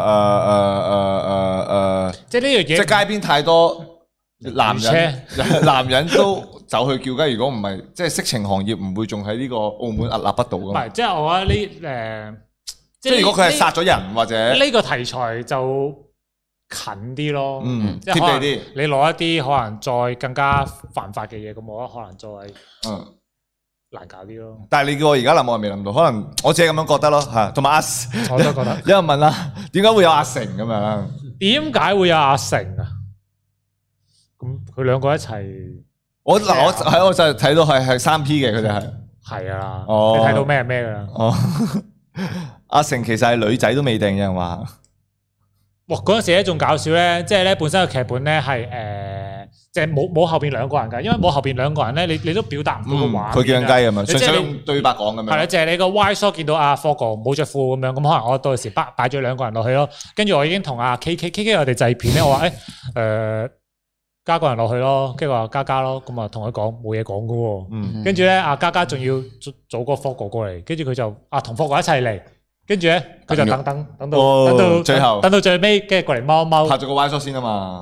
Speaker 3: 誒誒誒誒誒誒。
Speaker 2: 即係呢樣
Speaker 3: 啊即係
Speaker 2: 嘢，
Speaker 3: 街邊太多男人， 男人都走去叫雞。如果唔係，即係色情行業唔會仲喺呢個澳門屹立不倒
Speaker 2: 唔
Speaker 3: 噶嘛
Speaker 2: 係。即係我覺得呢誒，
Speaker 3: 即係如果佢係殺
Speaker 2: 呢
Speaker 3: 咗人或者
Speaker 2: 呢個題材就近啲咯，
Speaker 3: 嗯
Speaker 2: 即係可能
Speaker 3: 貼地啲
Speaker 2: 你攞一啲可能再更加犯法嘅嘢，咁我覺得可能再
Speaker 3: 嗯，
Speaker 2: 難搞啲 咯。
Speaker 3: 但係你叫我而家諗，我係未諗到，可能我自己咁樣覺得咯吓。同埋阿 有
Speaker 2: 我都覺得
Speaker 3: 人問啦，點解會有阿成咁樣啦？
Speaker 2: 點解會有阿成啊？咁佢兩個一齊。
Speaker 3: 我嗱我喺我就係睇到係係三 P 嘅佢哋係
Speaker 2: 係啊，
Speaker 3: 哦
Speaker 2: 你睇到咩係 咩噶啦？
Speaker 3: 哦。阿成其實係女仔都未定，有人話
Speaker 2: 哇！嗰陣時咧仲搞笑咧，即係咧本身個劇本咧係誒，即係冇冇後邊兩個人㗎，因為冇後邊兩個人咧，你你都表達唔到個畫面啊。
Speaker 3: 嗯佢叫人雞咁樣，
Speaker 2: 即係
Speaker 3: 純粹
Speaker 2: 你
Speaker 3: 用對白講咁
Speaker 2: 係啦，
Speaker 3: 樣。
Speaker 2: 就係你個 Y shot 見到阿 Fogo 冇着褲咁樣，咁可能我到時擺擺咗兩個人落去咯。跟住我已經同阿 K K K K 我哋製片咧，我話誒哎誒加個人落去咯，跟住我話加加咯，咁啊同佢講冇嘢講噶喎。
Speaker 3: 嗯，
Speaker 2: 跟住咧，阿嘉嘉仲要早早個 Fogo 過嚟，跟住佢就啊同 Fogo 一齊嚟，跟住咧佢就
Speaker 1: 等
Speaker 2: 等等等到
Speaker 3: 哦
Speaker 2: 等到
Speaker 3: 最後
Speaker 2: 等到最尾，跟住過嚟貓貓
Speaker 3: 拍咗個 Y shot 先啊嘛。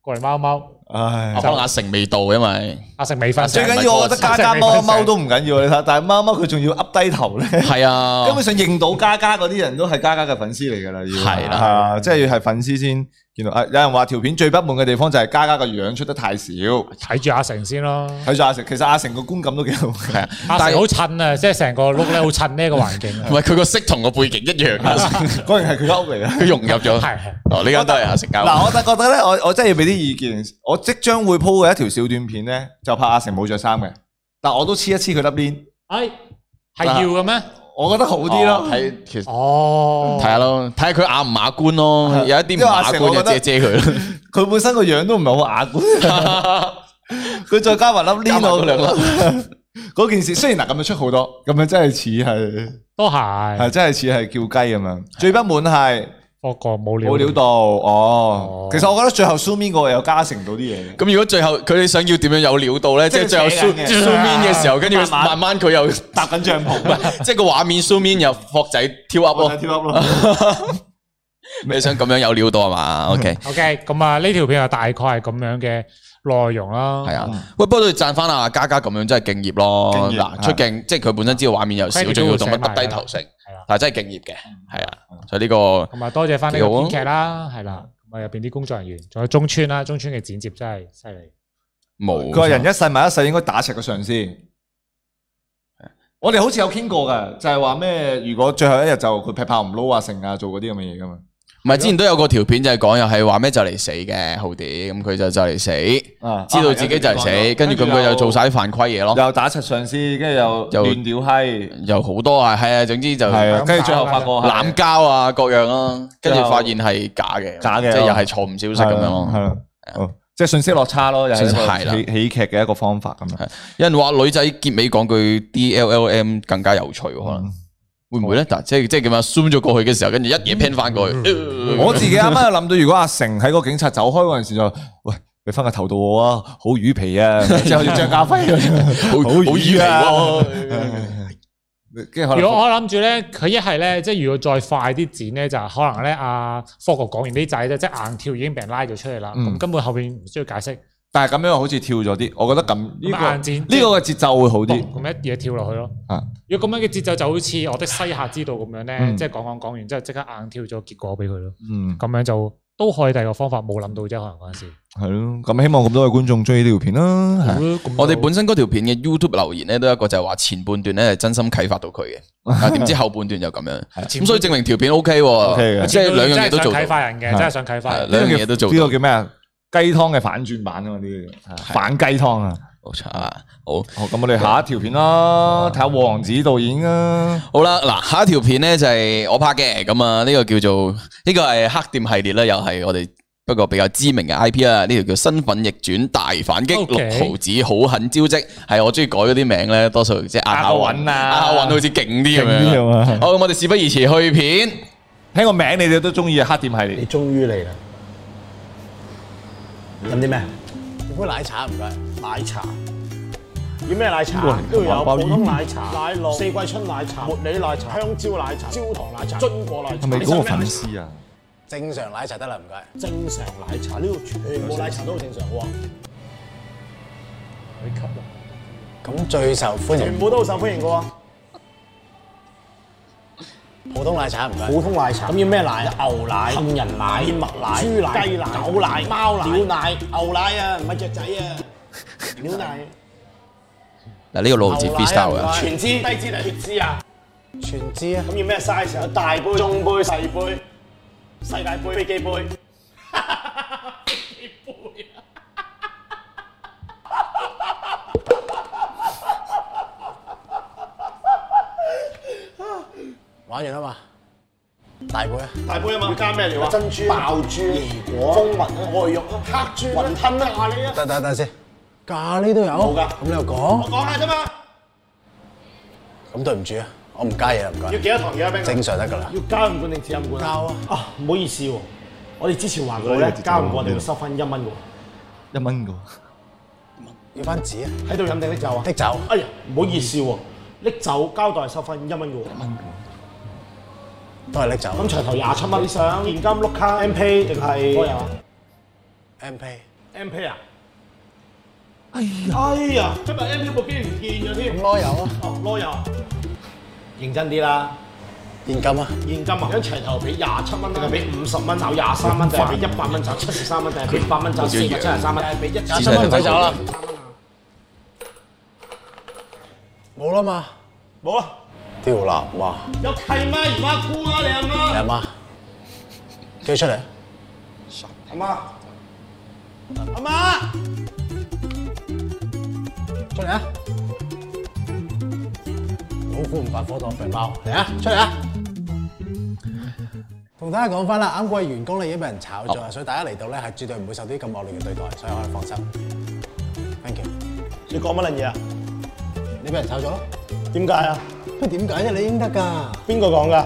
Speaker 2: 過嚟貓貓，
Speaker 3: 唉
Speaker 2: 哦
Speaker 1: 阿，幫阿成未到，因為
Speaker 2: 阿成未瞓
Speaker 1: 最
Speaker 2: 醒
Speaker 3: 最，緊要我覺得家家貓貓都唔緊要，你睇，但係貓貓佢仲要噏低頭咧。
Speaker 1: 係啊
Speaker 2: 哦
Speaker 3: 根，本上認到家家嗰啲人都係家家嘅粉絲嚟㗎啦，要
Speaker 1: 係啦
Speaker 3: 係啊，即係要係粉絲先見到。啊，有人話條片最不滿嘅地方就係家家個樣出得太 少，睇
Speaker 2: 睇住阿成先 咯。
Speaker 3: 咗阿成，其實阿成個觀感都幾好。
Speaker 1: 係啊，
Speaker 2: 阿
Speaker 1: 但係
Speaker 2: 成好襯啊，即係成個碌咧好襯呢個環 境啊
Speaker 1: 唔。係佢個色同個背景一樣，啊
Speaker 3: 嗰然係佢勾嚟啊！
Speaker 1: 佢融入咗。
Speaker 2: 係係
Speaker 1: 哦，呢間都係阿成教。
Speaker 3: 嗱，我就覺得咧，我我真係要俾啲意見。我即將會 po 嘅一條小短片咧，就拍阿成冇着衫嘅，但我都黐一黐佢粒邊，
Speaker 2: 哎，係要嘅咩？
Speaker 3: 我覺得好
Speaker 1: 好
Speaker 3: 啲咯。
Speaker 1: 睇其實
Speaker 2: 哦
Speaker 1: 睇，下咯，睇下佢雅唔雅觀咯。有一啲唔雅觀就遮遮 佢。
Speaker 3: 佢本身個樣都唔係好 雅觀，佢再加埋粒
Speaker 1: 加
Speaker 3: 呢
Speaker 1: 埋嗰
Speaker 3: 度
Speaker 1: 兩粒
Speaker 3: 嗰件事雖然嗱咁樣出好多，咁樣真係似係
Speaker 2: 都係
Speaker 3: 係真係似係叫雞咁樣。最不滿係
Speaker 2: ，Fogo 冇料，
Speaker 3: 冇料到哦
Speaker 2: 哦。
Speaker 3: 其實我覺得最後 zoom in 嗰個有加成到啲嘢嘅，
Speaker 1: 咁如果最後佢哋想要點樣有料到咧，即
Speaker 3: 即係
Speaker 1: 係最後
Speaker 3: 扯
Speaker 1: zoom
Speaker 3: 緊嘅
Speaker 1: zoom in 嘅時候，跟住
Speaker 3: 慢慢
Speaker 1: 慢慢佢又即
Speaker 3: 搭緊
Speaker 1: 哦
Speaker 3: 帳篷，
Speaker 1: 係個畫面 zoom in 又霍仔跳 up
Speaker 3: 我
Speaker 1: 咯。
Speaker 3: 睇跳 up 咯。
Speaker 1: 你想咁樣有料到係嘛？OK。
Speaker 2: OK，咁啊呢條片啊大概係咁樣嘅內容啦。
Speaker 3: 哦
Speaker 1: 系啊，喂，不過都要讚翻阿嘉嘉咁樣真係敬業咯。
Speaker 3: 敬業
Speaker 1: 嗱，出鏡即係佢本身知道畫面又少，
Speaker 2: Credit
Speaker 1: 仲要懂得
Speaker 2: 都會寫埋
Speaker 1: 耷
Speaker 2: 㗎
Speaker 1: 低頭成
Speaker 2: 啦，
Speaker 1: 但係真係敬業嘅，
Speaker 3: 嗯
Speaker 1: 係啊。所以呢個
Speaker 2: 同埋多謝翻呢
Speaker 1: 幾
Speaker 2: 個
Speaker 1: 好啊嗯
Speaker 2: 編劇啦，係啦，咁啊入邊啲工作人員，仲有中村啦，中村嘅剪接真係犀利。
Speaker 1: 冇。
Speaker 3: 佢話人一世物一世應該打赤個上司。我哋好似有傾過㗎，就係話咩？如果最後一日就佢劈炮唔撈啊、成啊，做嗰啲咁嘅嘢㗎嘛。
Speaker 1: 唔係之前都有個條片就係講又係話咩就嚟死嘅浩啲，咁佢就就嚟死，
Speaker 3: 啊
Speaker 1: 知道自己就嚟死，跟住咁佢就做晒啲犯規嘢咯，
Speaker 3: 又打柒上司，跟住又
Speaker 1: 哦又
Speaker 3: 亂屌閪，
Speaker 1: 又好多啊，係啊，總之就
Speaker 3: 係啊，
Speaker 2: 咁
Speaker 3: 跟住最後發覺係
Speaker 1: 濫交啊各樣啦，跟住
Speaker 3: 最後
Speaker 1: 發現係假嘅，
Speaker 3: 假嘅
Speaker 1: 即係
Speaker 3: 咯
Speaker 1: 又係錯誤消息咁樣
Speaker 3: 係
Speaker 1: 咯。
Speaker 3: 啦，哦即係信息落差咯，又係一
Speaker 1: 信息係
Speaker 3: 個
Speaker 1: 啦
Speaker 3: 喜喜劇嘅一個方法咁樣。
Speaker 1: 有人話女仔結尾講句 D L L M 更加有趣喎，可能會唔會咧？但即係即係點啊？zoom 咗過去嘅時候，跟住一嘢 pan 翻過去，呃
Speaker 3: 嗯我自己啱啱有諗到，如果阿成喺個警察走開嗰陣時就，喂，你翻個頭度我啊，好魚皮啊，之後要張家輝咁樣，
Speaker 1: 好好
Speaker 3: 魚
Speaker 1: 意
Speaker 3: 啊
Speaker 1: 喎。
Speaker 3: 跟住可
Speaker 2: 如果
Speaker 3: 能
Speaker 2: 我諗住咧，佢一係咧，即係如果再快啲剪咧，就可能咧阿 Fogo 講完啲仔咧，即係硬跳已經俾人拉咗出嚟啦，
Speaker 3: 嗯
Speaker 2: 咁根本後邊唔需要解釋，
Speaker 3: 但係咁樣好似跳咗啲，我覺得咁呢
Speaker 2: 咁硬
Speaker 3: 個
Speaker 2: 剪
Speaker 3: 呢個嘅節奏會好啲
Speaker 1: 嗯
Speaker 2: 嘣。咁一嘢跳落去咯。
Speaker 3: 啊
Speaker 2: 如果咁樣嘅節奏就好似我的西夏之道咁樣咧，
Speaker 3: 嗯
Speaker 2: 即係講講講完之後即刻硬跳咗結果俾佢咯，
Speaker 3: 嗯，
Speaker 2: 咁樣就都可以第二個方法冇諗到啫，可能嗰陣時。
Speaker 3: 係咯，咁希望咁多位觀眾中意呢條片啦。係
Speaker 1: 我哋本身嗰條片嘅 YouTube 留言咧，都有一個就係話前半段咧係真心啟發到佢嘅，啊點知後半段就咁樣，咁所以證明條片 OK 喎，
Speaker 3: 嘅
Speaker 1: 即係兩樣嘢都做
Speaker 2: 真係想啟
Speaker 1: 到，
Speaker 2: 發人嘅，真係想啟發
Speaker 1: 係
Speaker 2: 人。
Speaker 1: 兩樣嘢都做
Speaker 3: 呢個
Speaker 1: 到，
Speaker 3: 叫咩啊？雞湯嘅反轉版啊嘛，呢個叫反雞湯啊。
Speaker 1: 冇錯啊，好。
Speaker 3: 好，咁我哋下一條片啦，睇下王子導演啊。
Speaker 1: 好啦，嗱，下一條片咧就係我拍嘅，咁啊呢個叫做呢、個係黑店系列啦，又係我哋不過比較知名嘅 I P 啦，呢條叫身份逆轉大反擊
Speaker 2: OK
Speaker 1: 六毫子好狠招積，係我中意改嗰啲名咧，多數即係壓下韻
Speaker 3: 押下韻啊
Speaker 1: 壓下韻好似勁啲咁
Speaker 3: 勁啲
Speaker 1: 樣
Speaker 3: 咁啊。
Speaker 1: 好，咁我哋事不宜遲，去片。
Speaker 3: 聽個名你哋都中意啊，黑店系列。
Speaker 10: 終於嚟啦！飲啲咩？
Speaker 11: 杯奶茶唔該，奶茶。要咩奶茶
Speaker 3: 哇？
Speaker 11: 都要
Speaker 3: 荷
Speaker 11: 有
Speaker 3: 包
Speaker 11: 普
Speaker 3: 煙
Speaker 11: 通奶茶、奶酪、四季春奶茶、茉莉奶茶、香蕉奶茶、焦糖奶茶、榛果奶茶。
Speaker 3: 係咪
Speaker 11: 你
Speaker 3: 嗰個
Speaker 11: 想
Speaker 3: 粉
Speaker 11: 咩
Speaker 3: 絲啊？
Speaker 11: 正常奶茶得啦，唔該。正常奶茶呢度全部奶茶都好正常喎。咁最受歡迎，全部都好受歡迎嘅喎。普通奶茶唔該，普通奶茶。咁要咩奶？啊牛奶、杏仁奶、燕麥奶、豬奶、雞奶、狗奶、貓奶、鳥奶、牛奶啊，唔係雀仔啊，鳥奶。
Speaker 1: 嗱，呢個六毫子
Speaker 11: 牛奶
Speaker 1: freestyle 啊，
Speaker 11: 全脂、低脂定血脂啊？全脂啊！咁要咩 size 啊？有大杯、中杯、細杯、世界杯、飛機杯。啊玩完啦嘛？
Speaker 12: 大杯啊！
Speaker 11: 大杯啊嘛，加咩料啊？珍珠、
Speaker 12: 爆
Speaker 11: 珠、椰果、蜂蜜、外肉啊、黑珠、雲吞啊、咖喱啊。
Speaker 12: 等等等先，咖喱都有。
Speaker 11: 冇㗎
Speaker 12: 咁你又講，
Speaker 11: 講下啫嘛，
Speaker 12: 咁對唔住啊，我唔加嘢啦，唔該。
Speaker 11: 要幾多糖要啊？冰
Speaker 12: 正常得㗎啦。
Speaker 11: 要加五罐定止飲罐？膠啊！啊，唔好意思喎，我哋之前話過
Speaker 3: 我
Speaker 11: 咧
Speaker 3: 哋之，前
Speaker 11: 加唔過
Speaker 3: 話
Speaker 11: 我哋要收翻一蚊喎。
Speaker 3: 一蚊噶。
Speaker 11: 要翻紙啊！喺度飲定拎酒啊？拎酒。哎呀，唔好意思喎，拎酒交代收翻一蚊嘅喎。一蚊
Speaker 12: 都係拎走。
Speaker 11: 咁長頭廿七蚊，你想現金碌卡 M P 定係多啊
Speaker 12: M P。
Speaker 11: M P 啊？哎呀！哎呀！今日 M P 部機唔見咗添。咁
Speaker 12: 攞油啊？
Speaker 11: 哦，攞油。認真啲啦。
Speaker 12: 現金啊？
Speaker 11: 現金啊！一齊頭俾廿七蚊，定係俾五十蚊找廿三蚊，定係俾一百蚊找七十三蚊，定係俾八蚊找四百七十三蚊，定係俾一
Speaker 12: 廿七蚊唔使走啦。冇啦嘛，
Speaker 11: 冇啦。
Speaker 12: 屌立嘛，
Speaker 11: 有契媽姨媽姑啊，你阿媽
Speaker 12: 你。阿媽叫佢出嚟。
Speaker 11: 阿媽，阿媽，
Speaker 12: 出嚟啊！老虎唔發火當肥貓，嚟啊！出嚟啊！同大家講翻啦，啱嗰位員工咧已經俾人炒咗，所以大家嚟到咧係絕對唔會受啲咁惡劣嘅對待，所以可以放心。Thank you。
Speaker 11: 你講乜撚嘢啊？
Speaker 12: 你俾人炒咗咯？
Speaker 11: 點解啊？
Speaker 12: 乜點解啫？你應得㗎。
Speaker 11: 邊個講㗎？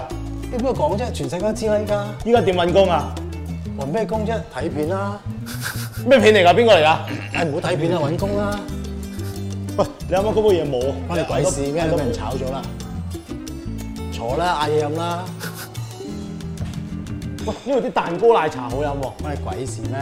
Speaker 12: 你邊個講啫？全世界都知啦依家。
Speaker 11: 依家點揾工啊？
Speaker 12: 揾咩工啫？睇片啦。
Speaker 11: 咩片嚟㗎？邊個嚟㗎？
Speaker 12: 唉，唔好睇片啦，揾工啦。
Speaker 11: 喂，你啱啱嗰杯嘢冇啊？
Speaker 12: 關你鬼事咩？都俾人炒咗啦。坐啦，嗌嘢飲啦。
Speaker 11: 喂，呢度啲蛋糕奶茶好飲喎。
Speaker 12: 關你鬼事咩？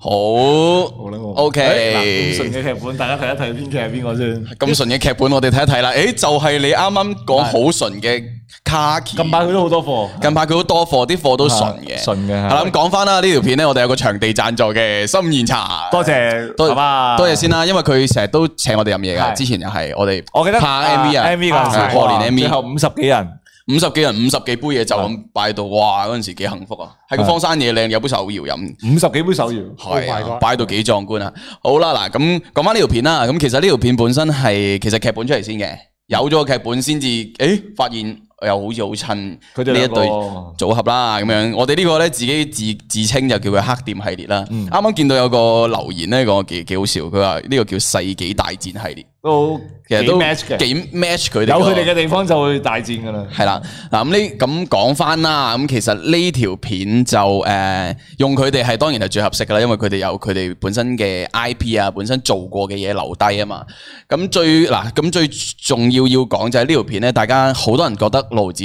Speaker 1: 好
Speaker 3: 誒嗱咁順
Speaker 1: ，OK。
Speaker 3: 嘅劇本，大家睇一睇邊個係邊個先。
Speaker 1: 咁純嘅劇本，我哋睇一睇啦。誒，就係你啱啱講好純嘅卡近
Speaker 3: 排佢都好多貨，
Speaker 1: 近排佢好多貨，啲貨都純嘅，
Speaker 3: 純啊
Speaker 1: 係
Speaker 3: 嘅係
Speaker 1: 啦，咁講翻啦，呢條片咧，我哋有個場地贊助嘅心燕茶，
Speaker 3: 多謝
Speaker 1: 多
Speaker 3: 爸爸
Speaker 1: 多謝先啦，因為佢成日都請我哋飲嘢㗎，
Speaker 3: 係
Speaker 1: 之前又係我哋
Speaker 3: 我記得
Speaker 1: 拍 M V 啊
Speaker 3: 啊 MV 嗰陣時
Speaker 1: 係過年 M V，
Speaker 3: 最後五十幾人，
Speaker 1: 五十幾人，五十幾杯嘢就咁擺到，哇！嗰陣時幾幸福啊，喺個
Speaker 3: 係
Speaker 1: 荒山野嶺有杯手搖飲。
Speaker 3: 五十幾杯手搖，
Speaker 1: 係啊，擺到幾壯觀啊！好啦，嗱咁講翻呢條片啦，咁其實呢條片本身係其實劇本出嚟先嘅，有咗個劇本先至，誒發現哎又好似好襯
Speaker 3: 佢
Speaker 1: 呢一
Speaker 3: 哋兩個
Speaker 1: 對組合啦咁樣。我哋呢個咧自己自自稱就叫佢黑店系列啦。
Speaker 3: 嗯
Speaker 1: 啱啱見到有個留言咧講幾幾好笑，佢話呢個叫世紀大戰系列，
Speaker 3: 都
Speaker 1: 其實都
Speaker 3: 幾 match 嘅
Speaker 1: 幾 match 佢哋
Speaker 3: 有佢
Speaker 1: 個
Speaker 3: 哋嘅地方就會大戰㗎啦。
Speaker 1: 係啦，嗱咁呢咁講翻啦，咁其實呢條片就誒、呃用佢哋係當然係最合適噶啦，因為佢哋有佢哋本身嘅 IP 啊，本身做過嘅嘢留低啊嘛。咁最嗱咁最重要要講就係呢條片咧，大家好多人覺得路子。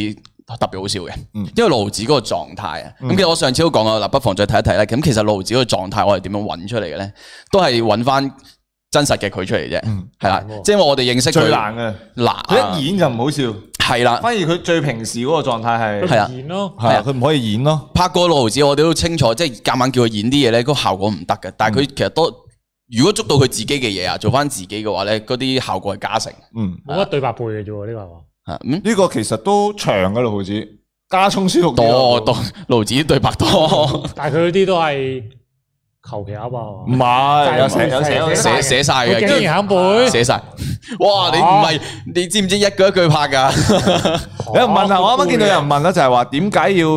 Speaker 1: 特別好笑嘅，
Speaker 3: 嗯
Speaker 1: 因為路子嗰個狀態啊，咁、其實我上次都講啊過，嗱，不妨再睇一睇啦。咁其實路子嗰個狀態，我係點樣揾出嚟嘅咧？都係揾翻真實嘅佢出嚟啫，係啦、即係我哋認識佢
Speaker 3: 嗯最難嘅
Speaker 1: 難啊
Speaker 3: 佢一演就唔好笑，
Speaker 1: 係啦，
Speaker 3: 反而佢最平時嗰個狀態係
Speaker 1: 係啊
Speaker 2: 演咯，
Speaker 3: 係啊，佢唔可以演咯。
Speaker 1: 拍過路子，我哋都清楚，即係夾硬叫佢演啲嘢咧，嗰個效果唔得嘅。但係佢其實多，如果捉到佢自己嘅嘢啊，做翻自己嘅話咧，嗰啲效果係加成。
Speaker 3: 嗯，
Speaker 2: 冇乜對白背嘅啫喎，呢個係嘛？
Speaker 1: 啊，嗯，
Speaker 3: 呢個其實都長嘅路子，加充舒服啲
Speaker 1: 多
Speaker 3: 咯
Speaker 1: 多路子對白多，
Speaker 2: 但係佢嗰啲都係求其噏啊
Speaker 3: 唔
Speaker 2: 嘛。
Speaker 3: 係有寫有寫有
Speaker 1: 寫
Speaker 3: 寫，
Speaker 1: 寫晒嘅，
Speaker 2: 佢竟然肯背
Speaker 1: 寫晒。哇！你唔係你知唔知一句一句拍㗎？
Speaker 3: 有人問啊，我啱啱見到有人問啦，就係話點解要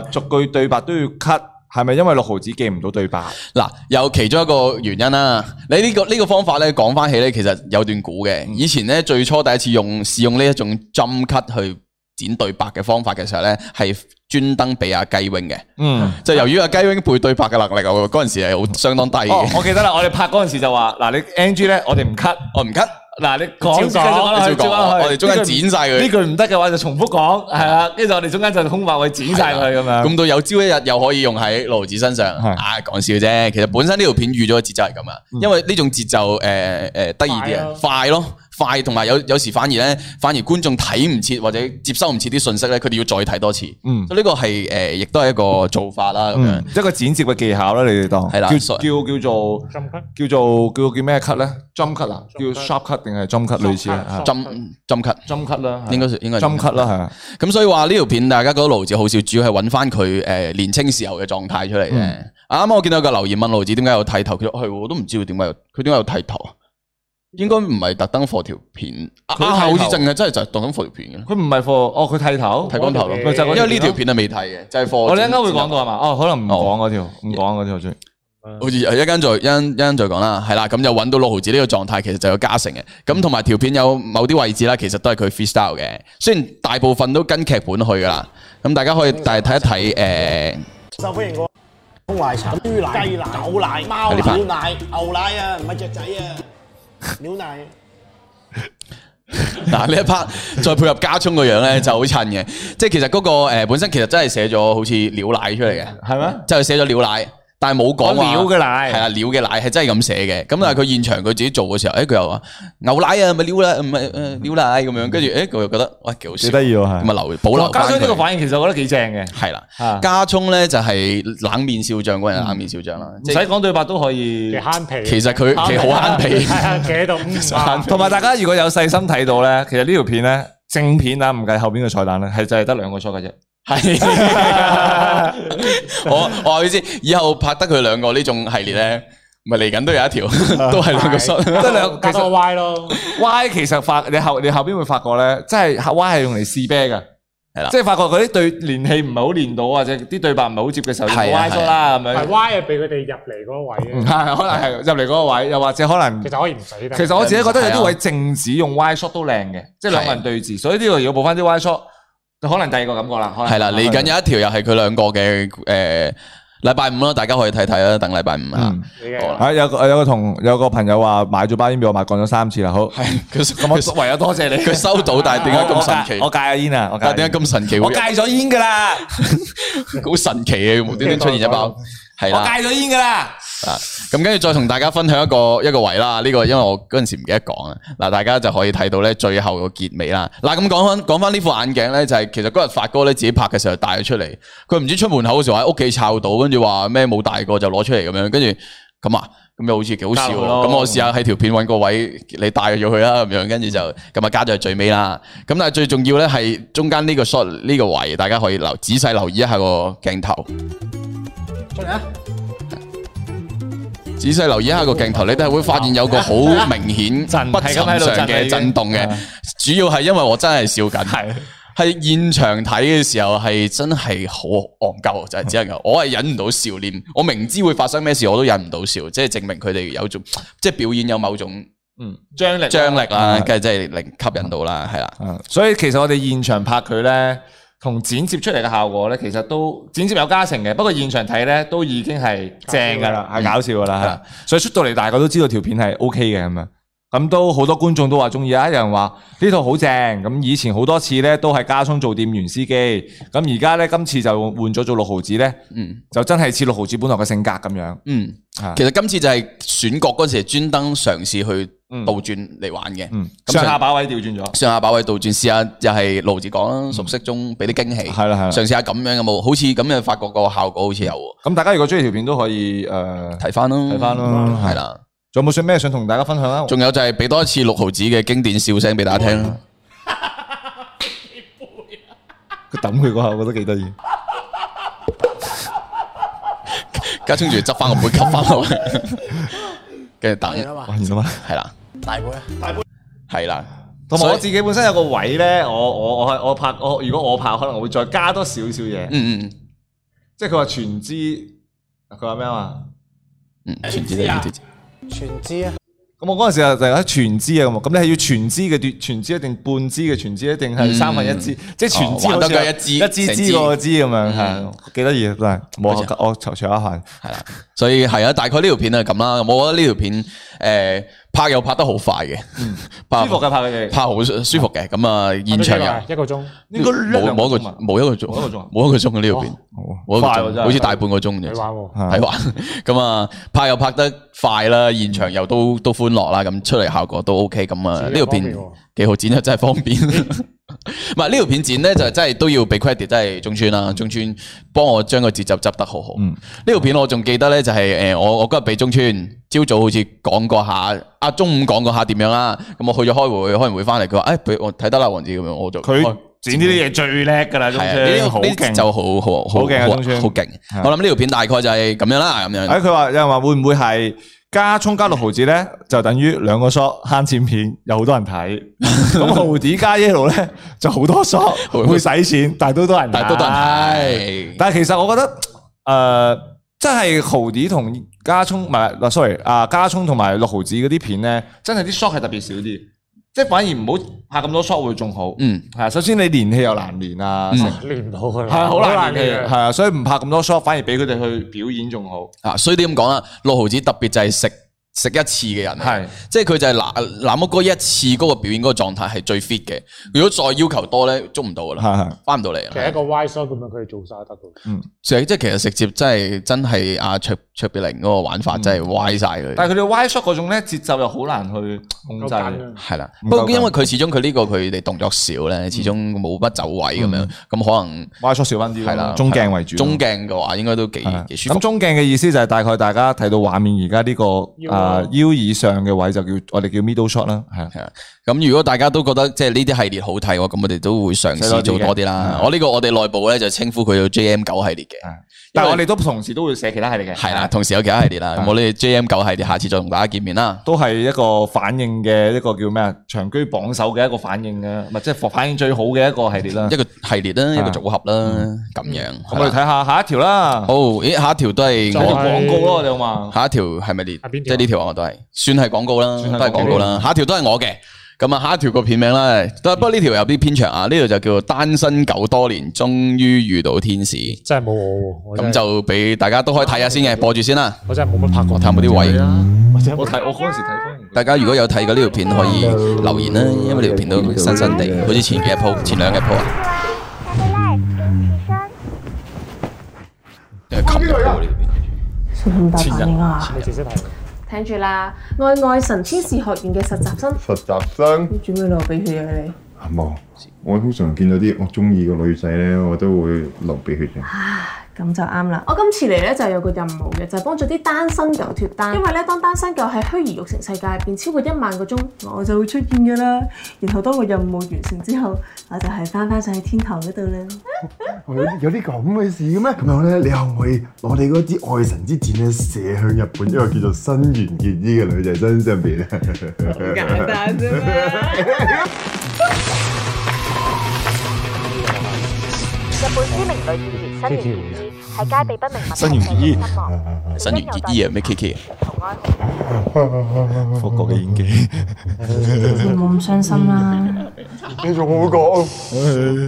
Speaker 3: 誒逐句對白都要 cut？係咪因為六毫子記唔到對白？
Speaker 1: 嗱，有其中一個原因啦。你呢、個呢、個方法咧，講翻起咧，其實有段古嘅。
Speaker 3: 嗯
Speaker 1: 以前咧，最初第一次用試用呢一種 jump cut 去剪對白嘅方法嘅時候咧，係專登俾阿雞 wing 嘅。
Speaker 3: 嗯。
Speaker 1: 就由於阿雞 wing 背對白嘅能力，我嗰陣時係好相當低嘅。
Speaker 3: 哦，我記得啦，我哋拍嗰陣時就話嗱，你 NG 咧，我哋唔 cut。
Speaker 1: 我哦唔 cut，哦
Speaker 3: 嗱，你講
Speaker 2: 照講
Speaker 3: 繼續講落去，
Speaker 1: 你照講
Speaker 3: 哦照講落去
Speaker 1: 我哋中間
Speaker 3: 呢句唔
Speaker 1: 剪晒佢
Speaker 3: 呢句唔得嘅話就重複講，係啦，跟住我哋中間就空白位剪晒佢咁樣。
Speaker 1: 咁到有朝一日又可以用喺盧子身上。
Speaker 3: 啊係嗯
Speaker 1: 啊，講笑啫。其實本身呢條片預咗個節奏係咁啊，因為呢種節奏誒誒得意啲啊，快咯。快同埋有有時反而咧，反而觀眾睇唔切或者接收唔切啲信息咧，佢哋要再睇多次。
Speaker 3: 嗯
Speaker 1: 所以呢個係誒，亦都係一個做法啦。咁樣
Speaker 3: 嗯，一個剪接嘅技巧啦，你哋當
Speaker 1: 係啦
Speaker 3: 叫
Speaker 1: 所
Speaker 3: 叫叫做
Speaker 2: 咁咳
Speaker 3: 叫做叫叫咩 cut 咧？jump cut 啊，叫 sharp cut 定係 jump cut 類似啊
Speaker 2: Jump
Speaker 1: 針針嗯 cut
Speaker 3: ？jump cut 啦，
Speaker 1: 應該應該係
Speaker 3: jump cut 啦，係啊。
Speaker 1: 咁所以話呢條片大家覺得盧子好笑，主要係揾翻佢誒年青時候嘅狀態出嚟嘅。
Speaker 3: 嗯
Speaker 1: 啱啱我見到有個留言問盧子點解有剃頭，佢話係喎我都唔知佢點解有佢點解有剃頭啊？應該唔係特登放條片，啊
Speaker 3: 佢
Speaker 1: 啊好
Speaker 3: 剃
Speaker 1: 似
Speaker 3: 頭
Speaker 1: 淨係真係就係特登放條片嘅。
Speaker 3: 佢唔係課，哦佢剃頭，
Speaker 1: 剃光頭咯，
Speaker 3: 佢就嗰
Speaker 1: 因為呢條
Speaker 3: 咯哦
Speaker 1: 片係未睇嘅，就係放啊
Speaker 3: 我哋一陣間會講到係嘛？哦，可能唔講嗰條，唔講嗰條最。
Speaker 1: 好似一間再一間一間再講啦，係啦，咁就揾到六毫子呢個狀態，其實就有加成嘅。咁同埋條片有某啲位置啦，其實都係佢 freestyle 嘅，雖然大部分都跟劇本去噶啦。咁大家可以但係睇一睇誒，呃
Speaker 11: 受歡迎個通奶茶、豬奶、雞奶、狗奶、
Speaker 3: 哦
Speaker 11: 貓
Speaker 1: 係呢
Speaker 11: 奶、
Speaker 1: 塊
Speaker 11: 鳥奶、牛奶啊，唔係雀仔啊，鳥奶。
Speaker 1: 嗱呢一 part 再配合加葱個樣咧就好襯嘅，即係其實嗰個誒本身其實真係寫咗好似鳥奶出嚟嘅，
Speaker 3: 係咩？
Speaker 1: 就係寫咗鳥奶，但係冇講話
Speaker 3: 哦鳥嘅奶嗯
Speaker 1: 係啦，鳥嘅奶係真係咁寫嘅。咁但係啊佢現場佢自己做嘅時候，誒佢又話牛奶啊，咪鳥啦，唔係誒鳥奶咁樣，跟住誒佢又覺得喂幾好笑，
Speaker 3: 幾得意喎係
Speaker 1: 咁啊留保留
Speaker 3: 加
Speaker 1: 翻
Speaker 3: 咗呢個
Speaker 1: 佢。
Speaker 3: 反應，其實我覺得幾正 嘅。
Speaker 1: 係啦
Speaker 3: 啊，
Speaker 1: 加葱咧就係冷面笑匠嗰人冷面笑匠啦，
Speaker 3: 唔使講對白都可以。
Speaker 2: 慳皮
Speaker 1: 其實佢其實好慳皮
Speaker 2: 係啊，企喺度五萬。
Speaker 3: 同埋大家如果有細心睇到咧，其實呢條片咧正片啊，唔計後邊嘅彩蛋咧，係就係得兩個 shot 嘅啫。
Speaker 1: 我我話你知，以後拍得佢兩個呢種系列咧，咪嚟緊都有一 條，都係兩個 shot，
Speaker 3: 得兩
Speaker 2: 加多 Y 咯。
Speaker 3: Y 其實發你後你後邊會發覺咧，即係 Y 係用嚟試啤嘅。
Speaker 1: 係啦
Speaker 3: 即係發覺嗰啲對連戲唔係好連到，或者啲對白唔係好接嘅時候，就
Speaker 1: 係啊
Speaker 3: Y 咗啦咁
Speaker 2: 係
Speaker 3: 樣。
Speaker 2: Y 係俾佢哋入嚟嗰位
Speaker 3: 唔
Speaker 2: 啊。
Speaker 3: 係，可能係入嚟嗰個位，又或者可能
Speaker 2: 其實可以唔使得。
Speaker 3: 其實我自己覺得有啲位靜止用 Y shot 都靚嘅，即係兩個人對峙，所以呢度要補翻啲 Y shot，就可能第二個感覺啦。可能
Speaker 1: 係啦，嚟緊有一條又係佢兩個嘅誒禮拜五咯，大家可以睇睇啦，等禮拜五啊。
Speaker 3: 啊有個有個同有個朋友話買咗包煙俾我買，講咗三次啦，好。
Speaker 1: 佢咁
Speaker 3: 我唯有多謝你。
Speaker 1: 佢收到，但係點解咁神奇？
Speaker 3: 我戒咗煙啊！我
Speaker 1: 但係點解咁神奇？
Speaker 3: 我戒咗煙噶啦，
Speaker 1: 好神奇嘅，無端端出現一 包，係
Speaker 3: 我
Speaker 1: 啦。
Speaker 3: 戒咗煙噶啦。
Speaker 1: 啊，咁跟住再同大家分享一個一個位啦，呢、個因為我嗰陣時唔記得講啊，嗱大家就可以睇到咧最後個結尾啦。嗱咁講翻講翻呢副眼鏡咧，就係、其實嗰日發哥咧自己拍嘅時候帶咗出嚟，佢唔知出門口嘅時候喺屋企摷到，跟住話咩冇帶過就攞出嚟咁樣，跟住咁啊。咁又好似幾好笑喎，
Speaker 3: 加佢咯
Speaker 1: 咁我試下喺條片揾個位，你帶咗佢啦，咁樣跟住就咁啊加咗去最尾啦。咁但係最重要咧係中間呢個 shot 呢個位，大家可以留仔細留意一下個鏡頭。
Speaker 12: 出嚟啊！
Speaker 1: 仔細留意一下個鏡頭，你都係會發現有 個好明顯不尋常嘅震動嘅。主要係因為我真係笑緊，係現場睇嘅時候係真係好戇鳩，就係只能 夠我係忍唔到笑臉，我明知會發生咩事我都忍唔到笑，即係證明佢哋有種即係表演有某種
Speaker 3: 嗯張力
Speaker 1: 張力
Speaker 3: 啊
Speaker 1: 啦，跟住即係令吸引到啦，係啦。
Speaker 3: 嗯所以其實我哋現場拍佢咧，同剪接出嚟嘅效果咧，其實都剪接有加成嘅。不過現場睇咧，都已經係正噶啦，係搞笑噶啦，係啦。所以出到嚟，大家都知道條片係 O K 嘅咁樣。咁都好多觀眾都話中意啊！有人話呢套好正，咁以前好多次咧都係加葱做店員司機，咁而家咧今次就換咗做六毫子咧，
Speaker 1: 嗯
Speaker 3: 就真係似六毫子本來嘅性格咁樣。
Speaker 1: 嗯
Speaker 3: 啊，
Speaker 1: 其實今次就係選角嗰陣時，專登嘗試去
Speaker 3: 嗯
Speaker 1: 倒轉嚟玩嘅。
Speaker 3: 嗯，
Speaker 1: 咁
Speaker 3: 上
Speaker 1: 上
Speaker 3: 下把位調轉咗。
Speaker 1: 上下把位倒轉試下，又係盧子講啦，熟悉中俾啲驚喜，
Speaker 3: 嗯係啦係啦
Speaker 1: 嘗試下咁樣有冇？好似咁樣發覺個效果好似有喎，
Speaker 3: 咁大家如果中意條片都可以呃誒睇
Speaker 1: 睇翻咯，
Speaker 3: 嗯睇翻咯，
Speaker 1: 係
Speaker 3: 係啦。
Speaker 1: 啦。
Speaker 3: 仲有冇想咩想同大家分享啊？
Speaker 1: 仲有就係俾多一次六毫子嘅經典笑聲俾大家聽啦。
Speaker 3: 佢抌佢嗰下，我覺得幾得 意。
Speaker 1: 家聰仲要執翻個杯 吸翻落去，跟住等，
Speaker 12: 完啦嘛
Speaker 3: 完啦嘛。
Speaker 1: 係啦，
Speaker 12: 大杯啊！大杯。
Speaker 1: 係啦。
Speaker 3: 同埋
Speaker 1: 所以
Speaker 3: 我自己本身有個位咧，我我我我拍我如果我拍，可能我會再加多少少嘢。
Speaker 1: 嗯嗯
Speaker 3: 即係佢話全脂，佢話咩啊嘛？
Speaker 1: 嗯嗯，全知
Speaker 12: 啊
Speaker 1: 啦，全知。
Speaker 12: 全脂啊！
Speaker 3: 咁我嗰陣時就係全脂啊咁，咁你係要全脂嘅段全脂，一定半脂嘅全脂，一定係三分一脂，即係全脂
Speaker 1: 哦
Speaker 3: 好
Speaker 1: 玩得
Speaker 3: 似有
Speaker 1: 佢一支
Speaker 3: 一支
Speaker 1: 成
Speaker 3: 脂
Speaker 1: 支
Speaker 3: 嗰個脂咁樣，
Speaker 1: 嗯
Speaker 3: 係幾得意啊真係。
Speaker 1: 好
Speaker 3: 冇
Speaker 1: 似
Speaker 3: 我我除除一下。
Speaker 1: 係啦，所以係啊，大概呢條片係咁啦。我覺得呢條片誒拍又拍得好快嘅， 拍
Speaker 3: 嗯舒服嘅拍佢哋
Speaker 1: 啊拍好舒舒服嘅。咁啊，現場又。
Speaker 2: 一個鐘，
Speaker 3: 應該一
Speaker 1: 冇
Speaker 3: 兩
Speaker 1: 冇一個
Speaker 3: 鐘啊
Speaker 1: 冇一個鐘，
Speaker 3: 冇一個鐘
Speaker 1: 冇一個鐘嘅呢條片，冇一個
Speaker 3: 快喎
Speaker 1: 鐘，
Speaker 3: 真係
Speaker 1: 好似大半個鐘
Speaker 2: 你
Speaker 1: 嘅，
Speaker 2: 玩喎。
Speaker 1: 睇玩 咁啊，拍又拍得快啦，現場又
Speaker 3: 嗯
Speaker 1: 都都歡樂啦，咁出嚟效果都 OK 咁啊，呢
Speaker 2: 剪得
Speaker 1: 條
Speaker 2: 方便
Speaker 1: 片
Speaker 2: 喎
Speaker 1: 幾好剪啊，真係方 便。 唔係呢條片剪咧，就真係都要俾 credit，真係中村啦，中村幫我將個節奏執得好好。
Speaker 3: 嗯
Speaker 1: 呢條片我仲記得咧，就係誒我我嗰日俾中村朝早好似講過下，啊中午講過下點樣啦，咁我去咗開會，開完會翻嚟，佢話誒哎俾我睇得啦，王子咁樣，我就
Speaker 3: 佢
Speaker 1: 開
Speaker 3: 剪呢啲嘢最叻㗎啦，中
Speaker 1: 哦係啊，呢
Speaker 3: 村
Speaker 1: 啲
Speaker 3: 好
Speaker 1: 呢啲就好
Speaker 3: 勁。
Speaker 1: 好好
Speaker 3: 好勁啊
Speaker 1: 好
Speaker 3: 中村
Speaker 1: 好勁
Speaker 3: 係啊。哎
Speaker 1: 我諗呢條片大概就係咁樣啦，咁樣。
Speaker 3: 誒，佢話有人話會唔會係加葱加六毫子咧，就等於兩個 shot 慳錢片，有好多 人睇。咁毫子加 yellow 咧，就好多 shot 會使錢，但係都多人睇。
Speaker 1: 但係都多人睇
Speaker 3: 但係其實我覺得誒、呃真係毫子同加葱唔係嗱，sorry 啊，加葱同埋六毫子嗰啲片咧，真係啲 shot 係特別少啲。即係反而唔好拍咁多 shot 會仲好。嗯，係啊，首先你連戲又難連啊，
Speaker 2: 嗯
Speaker 3: 成
Speaker 2: 練唔到佢，
Speaker 3: 係啊，好難連
Speaker 2: 練
Speaker 3: 戲，
Speaker 2: 嘅
Speaker 3: 係啊，所以唔拍咁多 shot，反而俾佢哋去表演仲好。
Speaker 1: 啊，所以啲咁講啦，六毫子特別就係食食一次嘅人，係即係佢就係嗱那麼嗰一次嗰個表演嗰個狀態係最 fit 嘅。如果再要求多咧，捉唔到噶
Speaker 3: 啦，
Speaker 1: 翻唔到嚟啊
Speaker 2: 其實
Speaker 1: 啦
Speaker 2: 一。個 Y shot 咁樣，佢哋做晒得㗎。
Speaker 1: 所以即係其實直接真係真係阿卓卓別靈嗰個玩法真係歪晒佢。
Speaker 3: 但係佢哋 Y shot 嗰種咧節奏又好難去控制。
Speaker 1: 係啦，
Speaker 3: 唔
Speaker 1: 不
Speaker 3: 夠
Speaker 1: 過因為佢始終佢呢個佢哋動作少咧，始終冇乜走位咁樣，咁可能
Speaker 3: Y shot 少翻啲啊
Speaker 1: 係啦，
Speaker 3: 中鏡為
Speaker 1: 嗯
Speaker 3: 主啊
Speaker 1: 中鏡嘅話應該都幾幾舒
Speaker 3: 咁
Speaker 1: 服。
Speaker 3: 中鏡嘅意思就係大概大家睇到畫面而家呢個啊腰以上嘅位就叫我哋叫 middle shot 啦，係啊。
Speaker 1: 係啊，咁如果大家都覺得即係呢啲系列好睇喎，咁我哋都會嘗試做多啲啦。
Speaker 3: 係
Speaker 1: 我呢個我哋內部咧就稱呼佢做 J M 九系列嘅，
Speaker 3: 但係我哋都同時都會寫其他系列嘅，啊
Speaker 1: 係啦，同時有其他系列啦。咁我哋 J M 九系列下次再同大家見面啦。
Speaker 3: 都係一個反應嘅一個叫咩啊？長居榜首嘅一個反應嘅，咪即係反應最好嘅一個系列啦，
Speaker 1: 一個系列啦，一個
Speaker 3: 啊嗯
Speaker 1: 組合啦，咁樣。
Speaker 3: 咁我哋睇下下一條啦。
Speaker 1: 好，咦，下一條都係
Speaker 3: 就係廣告咯你好嘛？
Speaker 1: 下一條係咪列？
Speaker 3: 邊條啊
Speaker 1: 即係呢條啊我都係算係廣告啦，
Speaker 3: 算係
Speaker 1: 都係廣告
Speaker 3: 廣
Speaker 1: 啦。下一條都係我嘅。咁啊，下一條個片名咧，都不過呢條有啲偏長啊。呢條就叫做單身狗多年，終於遇到天使。
Speaker 2: 真係冇我喎，我真
Speaker 1: 咁
Speaker 2: 係
Speaker 1: 就俾大家都可以睇下先嘅，播住先啦。
Speaker 2: 我真係冇乜拍過。
Speaker 1: 探冇啲位。
Speaker 3: 我睇我嗰陣時睇翻，
Speaker 1: 大家如果有睇過呢條片，可以留言啦，因為呢條片都新新地，好似前幾日鋪，前兩日鋪啊。定係琴日鋪呢條片？
Speaker 6: 想唔想打扮啊？
Speaker 2: 你自己睇。
Speaker 6: 聽住啦，愛愛神天使學院嘅實習生，
Speaker 13: 實習生
Speaker 6: 你做咩流鼻血啊你？
Speaker 7: À,
Speaker 13: 啊冇，我通常見到啲我中意嘅女仔咧，我都會流鼻血嘅。
Speaker 6: 咁就啱啦！我今次嚟咧就有個任務嘅，就係、幫助啲單身狗脱單。因為咧，當單身狗喺虛擬育成世界入邊超過一萬個鐘，我就會出現㗎啦。然後當個任務完成之後，我就係翻返上去天堂嗰度啦。
Speaker 13: 有有啲咁嘅事嘅咩？咁樣咧，你可唔可以攞你嗰支愛神之箭咧射向日本一個叫做新垣結衣嘅女仔身上邊咧？
Speaker 6: 簡單啫嘛！
Speaker 14: 日本知名女演員新垣結衣喺街被不明物
Speaker 1: 新
Speaker 14: 體
Speaker 1: 垣結衣
Speaker 14: 射入身亡，
Speaker 1: 新垣結衣啊，咩 K K 啊？
Speaker 3: 霍國嘅演技，
Speaker 6: 你冇咁傷心啦。
Speaker 13: 你仲好講，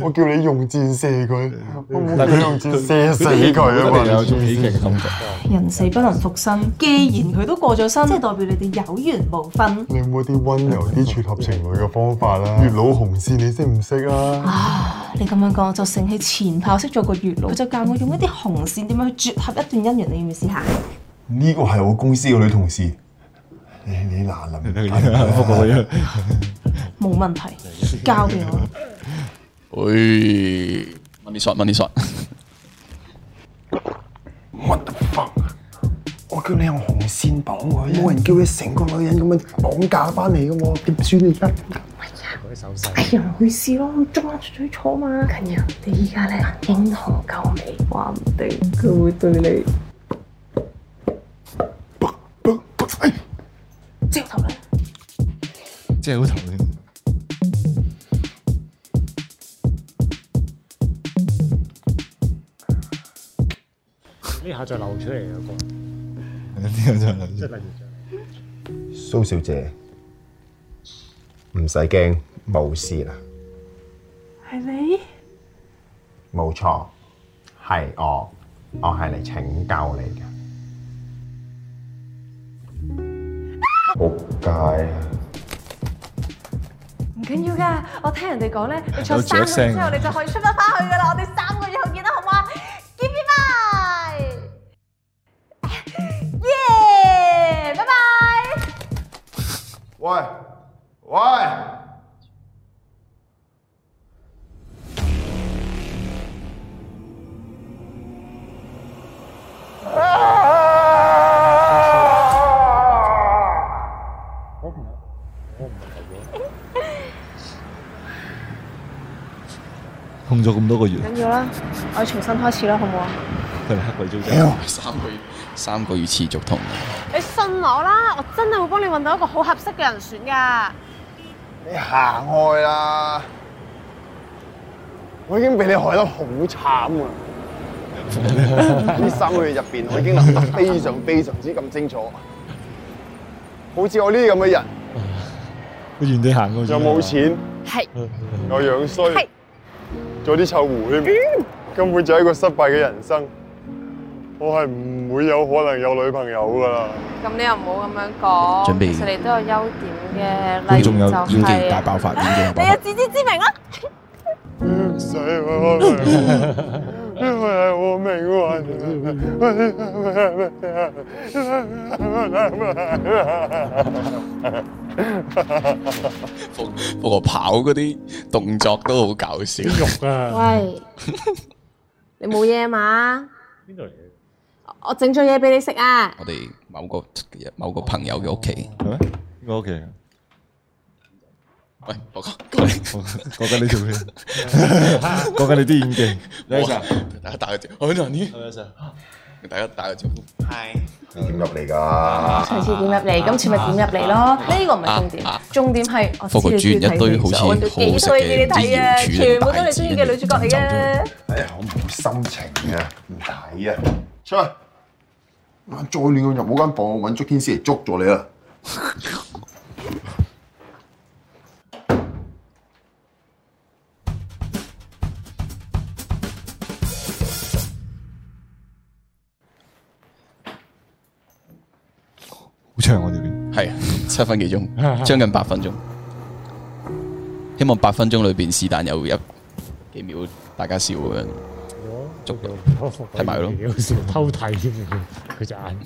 Speaker 13: 我叫你用箭射佢，我冇叫你用箭射死佢啊嘛！
Speaker 3: 哋有種喜劇嘅感 覺。
Speaker 6: 人死不能復生，既然佢都過咗身，即係代表你哋有緣無分。
Speaker 13: 你有冇啲温柔啲撮合情侶嘅方法啦？月老紅線你識唔識啊？
Speaker 6: 你咁樣講，就醒起前排我識咗個月老，佢就教我用一啲紅線點樣去撮合一段姻緣，你要唔要試下？
Speaker 13: 呢個係我公司嘅女同事，你你嗱臨
Speaker 6: 冇問題，交俾我。
Speaker 1: 喂，money 哎 shot，money shot，
Speaker 13: 我叫你用紅線綁佢，冇人叫你成個女人咁樣綁架翻嚟嘅喎，點算而家？
Speaker 6: 哎呀，去試咯，中間最錯嘛。近日你依家咧英雄救美，話唔定佢會對你。朝頭咧，
Speaker 3: 即係好頭先。
Speaker 2: 呢下就流出嚟嗰個，即係例
Speaker 13: 蘇小姐，唔使驚，冇事啦，
Speaker 6: 係你？
Speaker 13: 冇錯，係我，我係嚟拯救你嘅。仆街啊！
Speaker 6: 唔緊要㗎，我聽人哋講咧，你
Speaker 13: 有
Speaker 6: 坐
Speaker 13: 雀
Speaker 6: 三個月之後
Speaker 13: 聲
Speaker 6: 你就可以出得翻去㗎啦。我哋三個月後見啦，好唔好啊？Give me five，耶！拜拜。
Speaker 13: 喂喂，
Speaker 3: 空咗咁多個月
Speaker 6: 唔，緊要啦，我哋重新開始啦，好唔好啊？
Speaker 3: 佢黑鬼糟
Speaker 1: 三個月，三個月持續痛。
Speaker 6: 你信
Speaker 15: 我啦，我真係會幫你揾到一個好合適嘅人選㗎。
Speaker 7: 你行開啦！我已經俾你害得好慘啊！呢三個月入邊，我已經諗得非常非常之咁清楚。好似我呢啲咁嘅人，
Speaker 3: 佢原地行過。
Speaker 7: 又冇錢，
Speaker 15: 係
Speaker 7: 又樣衰，做啲臭狐添，根本就係一個失敗嘅人生。我係唔會有可能有女朋友噶啦。
Speaker 15: 咁你又唔好咁樣講，
Speaker 7: 準備
Speaker 15: 其實你都有優點嘅，例如就係、
Speaker 7: 爆發，演技
Speaker 15: 你有自知之明啦。啊
Speaker 7: 唔使我明，因為係我命運。
Speaker 1: 不過跑嗰啲動作都好搞笑。肉啊！
Speaker 15: 喂，你冇嘢嘛？
Speaker 2: 邊度嚟？
Speaker 15: 我整咗嘢俾你食啊！
Speaker 1: 我哋某個某個朋友嘅屋企。
Speaker 3: 我屋 企。
Speaker 1: 喂，我講
Speaker 3: 講緊你做 咩？講緊你啲演技。
Speaker 1: 有請大家打個招呼。哦好，你有請大家打個招呼。係。
Speaker 7: 點入嚟㗎？
Speaker 6: 上次點入嚟，今次咪點入嚟咯？呢個唔係重點
Speaker 1: 啊啊，
Speaker 6: 重點係我知你
Speaker 1: 復活
Speaker 6: 中意睇
Speaker 1: 轉一堆
Speaker 6: 片
Speaker 1: 好似
Speaker 6: 我揾咗
Speaker 1: 好好
Speaker 6: 幾
Speaker 1: 食
Speaker 6: 堆俾你
Speaker 1: 嘅
Speaker 6: 睇啊，
Speaker 1: 啲
Speaker 6: 全部都
Speaker 1: 瑤柱
Speaker 6: 係你中意嘅女主角嚟嘅。
Speaker 7: 哎呀，我冇心情啊，唔睇啊。出去，再亂咁入我間房，我揾足天師嚟捉咗你啦。
Speaker 3: 好長我條片。
Speaker 1: 係啊七分幾鐘，將近八分鐘。希望八分鐘裏邊是但有一幾秒大家笑咁樣，捉到睇 埋佢咯。
Speaker 2: 幾好笑，偷睇添佢隻眼。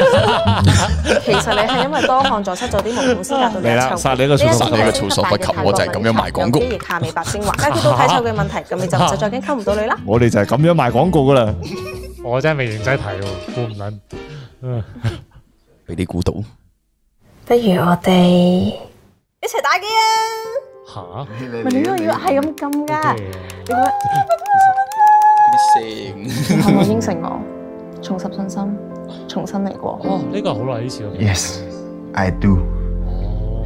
Speaker 6: 其實你係因為多汗阻塞咗啲毛孔先達 到
Speaker 1: 嚟啦殺你一個措手殺你一個措手不及我就係咁樣賣廣告
Speaker 6: 肌液下美白精華，解 決到體臭嘅問題，咁你就唔使再驚溝唔到女啦。
Speaker 3: 我哋就係咁樣賣廣告噶啦。
Speaker 2: 我真係未認真睇喎，估唔撚。嗯
Speaker 1: 俾你估到
Speaker 6: 不如我哋一齊打機啊！
Speaker 1: 嚇？
Speaker 6: 咪你都要係咁撳㗎，你覺得
Speaker 1: 啲
Speaker 6: 你可唔可以應承我，重拾信心，重新嚟過？
Speaker 2: 哦，呢個好耐以前我記得
Speaker 7: Yes, I do。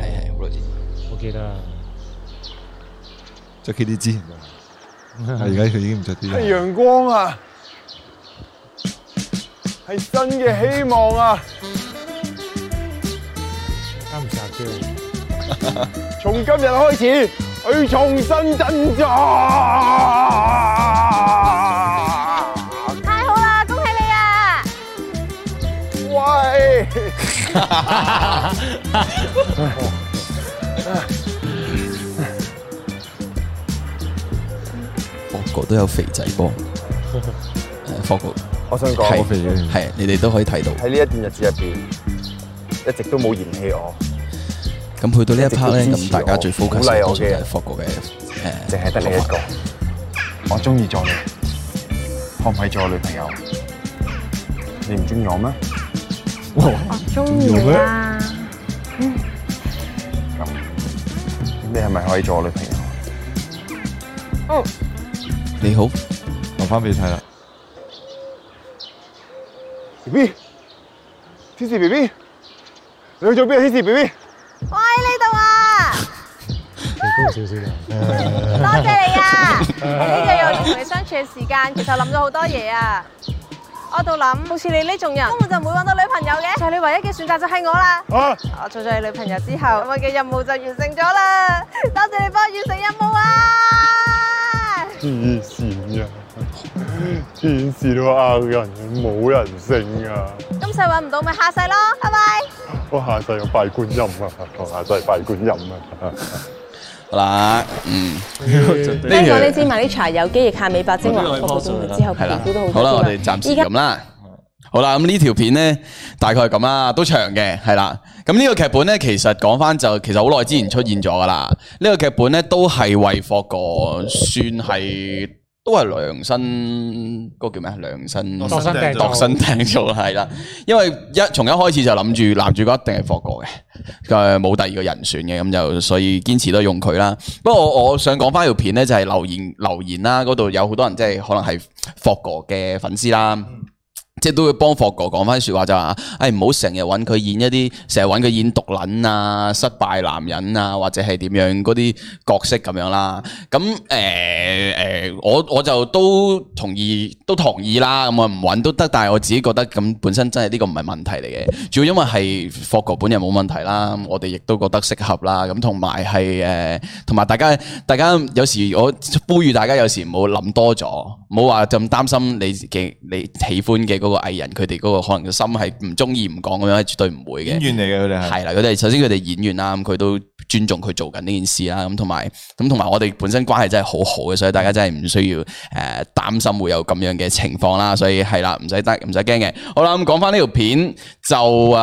Speaker 1: 係係好耐之前，
Speaker 2: 我記得啊。
Speaker 3: 着 K D 之前啊，而家佢已經唔着啲啦。
Speaker 7: 陽光啊，係新嘅希望啊！
Speaker 2: 啱唔啱先？
Speaker 7: 從今日開始，我要重新振 作。
Speaker 15: 太好啦，恭喜你啊！
Speaker 7: 喂，
Speaker 1: 霍哥都有肥仔 波。誒霍哥，
Speaker 7: 我想講
Speaker 1: 啊係係你哋都可以睇到。
Speaker 7: 喺呢一段日子入邊，一直都冇嫌棄我，
Speaker 1: 咁去到呢一 part 咧，
Speaker 7: 一直都支
Speaker 1: 咁
Speaker 7: 持
Speaker 1: 大家最
Speaker 7: 我
Speaker 1: focus
Speaker 7: 鼓勵
Speaker 1: 嘅
Speaker 7: 我嘅
Speaker 1: 就係霍哥嘅誒，
Speaker 7: 淨係得你一個。我中意咗你，可唔可以做我女朋友？你唔中意我咩？
Speaker 6: 我中意你啦，
Speaker 7: 咁你係咪可以做我女朋友？
Speaker 6: 嗯，
Speaker 1: 你好，
Speaker 3: 留翻俾你睇啦。
Speaker 7: B B，天使 B B，你去咗邊啊？天使 B B，
Speaker 15: 我喺呢度啊！
Speaker 2: 高少少
Speaker 15: 多 謝你啊！呢個有同你相處嘅時間，其實諗咗好多嘢啊。我喺度諗，好似你呢種人根本就唔會揾到女朋友嘅，就係你唯一嘅選擇就係我啦。我做咗你女朋友之後，我嘅任務就完成咗啦。多謝你幫我完成任務啊！
Speaker 7: 黐線啊！天使都呃人，冇人性啊！
Speaker 15: 今世揾唔到咪下世咯，拜拜。
Speaker 7: 我下世要拜觀音啊！我下世拜觀音啊！
Speaker 1: 好啦，嗯，
Speaker 6: 聽講呢支 m a r i c h a 有肌液下美白精華，
Speaker 1: 我呢個
Speaker 6: 服
Speaker 1: 可以
Speaker 6: 用咗之後皮
Speaker 1: 係啦
Speaker 6: 膚都好咗，
Speaker 1: 好啦，我哋暫時咁啦。好啦，咁呢條片呢，大概係咁啦，都長嘅，係啦。咁呢個劇本呢，其實講翻就其實好耐之前出現咗噶啦。呢、個劇本呢，都係為霍哥算係都係量身嗰個叫咩啊？量身
Speaker 2: 度身訂造
Speaker 1: 度身訂造係啦，因為一從一開始就諗住男主角一定係霍哥嘅，誒冇第二個人選嘅，咁就所以堅持都係用佢啦。不過我我想講翻條片咧，就係留言留言啦，嗰度有好多人即係可能係霍哥嘅粉絲啦。即係都會幫霍哥講翻説話就話，誒唔好成日揾佢演一啲，成日揾佢演毒撚啊、失敗男人啊，或者係點樣嗰啲角色咁樣啦。咁誒誒，我我就都同意，都同意啦。咁我唔揾都得，但係我自己覺得咁本身真係呢個唔係問題嚟嘅。主要因為係霍哥本人冇問題啦，我哋亦都覺得適合啦。咁同埋係誒，同埋大家大家有時我呼籲大家有時唔好諗多咗，唔好話咁擔心你嘅你喜歡嘅嗰個藝人，佢哋嗰個可能個心係唔中意唔講咁樣，係絕對唔會嘅。
Speaker 3: 演員嚟嘅佢哋係
Speaker 1: 係啦，佢哋首先佢哋演員啦，咁佢都尊重佢做緊呢件事啦，咁同埋咁同埋我哋本身關係真係好好嘅，所以大家真係唔需要誒呃擔、心會有咁樣嘅情況啦，所以係啦，唔使得唔使驚嘅。好啦，咁講翻呢條片就啊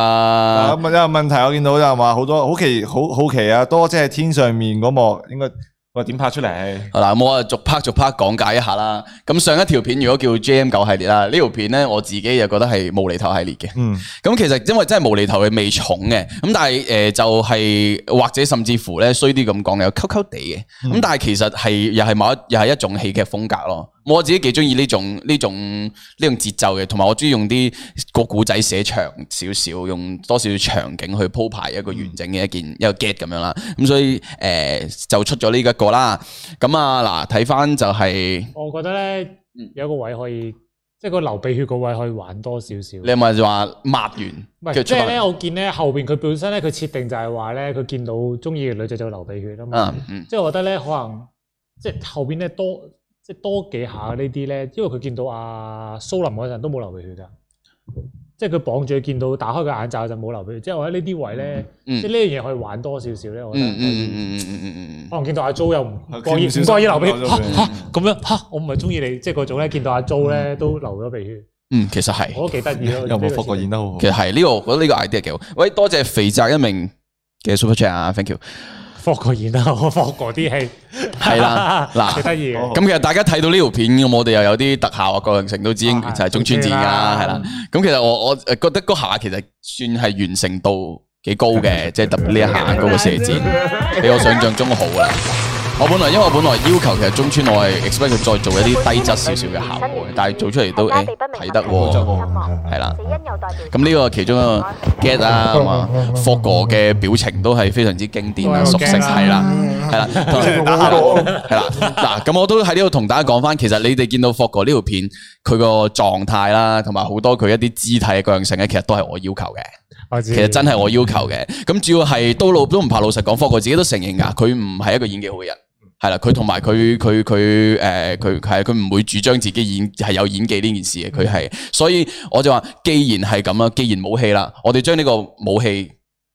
Speaker 3: 啊，咁有問題我見到就係話好多好奇好好奇啊，多姐喺天上面嗰幕應該喂點拍出嚟？
Speaker 1: 好啦，咁我啊逐 part 逐 part 講解一下啦。咁上一條片如果叫 JM 九系列啦，呢條片咧我自己就覺得係無厘頭系列嘅。
Speaker 3: 嗯，
Speaker 1: 咁其實因為真係無厘頭嘅味重嘅，咁但係誒、呃就係、或者甚至乎咧衰啲咁講有溝溝地嘅，
Speaker 2: 嗯
Speaker 1: 咁、但係其實係又係某一又係一種戲劇風格咯。我自己幾中意呢種呢種呢種節奏嘅，同埋我中意用啲個古仔寫長少少，用多少少場景去鋪排一個完整嘅一
Speaker 2: 嗯
Speaker 1: 件、一個 get 咁樣啦。咁所以誒、呃就出咗呢一個啦。咁啊嗱，睇翻就係、
Speaker 2: 我覺得咧有個位可以，即係個流鼻血個位可以玩多少少。
Speaker 1: 你係咪就話抹
Speaker 2: 唔
Speaker 1: 完，
Speaker 2: 係，
Speaker 1: 跟住
Speaker 2: 即
Speaker 1: 出
Speaker 2: 係
Speaker 1: 翻
Speaker 2: 咧，
Speaker 1: 嚟？
Speaker 2: 我見咧後邊佢本身咧，佢設定就係話咧，佢見到中意嘅女仔就流鼻血啊嘛
Speaker 1: 嗯。嗯
Speaker 2: 即係我覺得咧，可能即係後邊咧多即係多幾下呢啲咧，因為佢見到阿蘇林嗰陣都冇流鼻血㗎，即係佢綁住佢見到打開個眼罩就冇流鼻血。即係我覺得呢啲位咧，
Speaker 1: 嗯
Speaker 2: 即係呢樣嘢可以玩多少少咧，我覺得
Speaker 1: 嗯嗯
Speaker 2: 可
Speaker 1: 嗯
Speaker 2: 以。
Speaker 1: 啊嗯嗯嗯嗯
Speaker 2: 可能見到阿 Jo 又唔
Speaker 1: 係
Speaker 2: 過意
Speaker 1: 唔小心
Speaker 2: 唔過意流鼻血，
Speaker 1: 流咗
Speaker 2: 嚇
Speaker 1: 鼻血
Speaker 2: 嚇 咁樣嚇，我唔係中意你，即係嗰種咧，見到阿 Jo 咧都流咗鼻血，
Speaker 1: 嗯，其實係。
Speaker 2: 我都幾得意咯。
Speaker 1: 嗯 有冇
Speaker 2: 呢個
Speaker 1: 霍
Speaker 3: 哥演得好好
Speaker 1: 其實係呢、個，我覺得呢個 idea 幾好。喂，多謝肥宅一名嘅 super chat 啊，thank you。
Speaker 2: 霍過演啦， 我霍過啲戲
Speaker 1: 係 啦，嗱，哦
Speaker 2: 幾得意嘅。
Speaker 1: 咁其實大家睇到呢條片，咁我哋又有啲特效啊，各樣成都知就係中村展噶啦，係啦。咁其實我我誒覺得嗰下其實算係完成度幾高 嘅，即係特別呢一下嗰個射 箭，比我想象中好啦。我本來因為我本來要求其實中村我係 expect 佢再做一啲低質少少嘅效果嘅，但係做出嚟都誒睇得喎，係啦。咁呢個其中一個 get 啊，咁啊，霍哥嘅表情都係非常之經典啊，熟嗯悉係啦，係啦，打下係啦，嗱，咁我都喺呢度同大家講翻，其實你哋見到霍哥呢條片，佢個狀態啦，同埋好多佢一啲肢體嘅個性咧，其實都係我要求嘅。
Speaker 2: 我知
Speaker 1: 其實真係我要求嘅，咁主要係都老都唔怕老實講，霍哥自己都承認
Speaker 2: 嗯
Speaker 1: 㗎，佢唔係一個演技好嘅人，係啦，佢同埋佢佢佢誒佢係啊佢唔會主張自己演係有演技呢件事嘅，佢
Speaker 2: 嗯
Speaker 1: 係，所以我就話，既然係咁啦，既然武器啦，我哋將呢個武器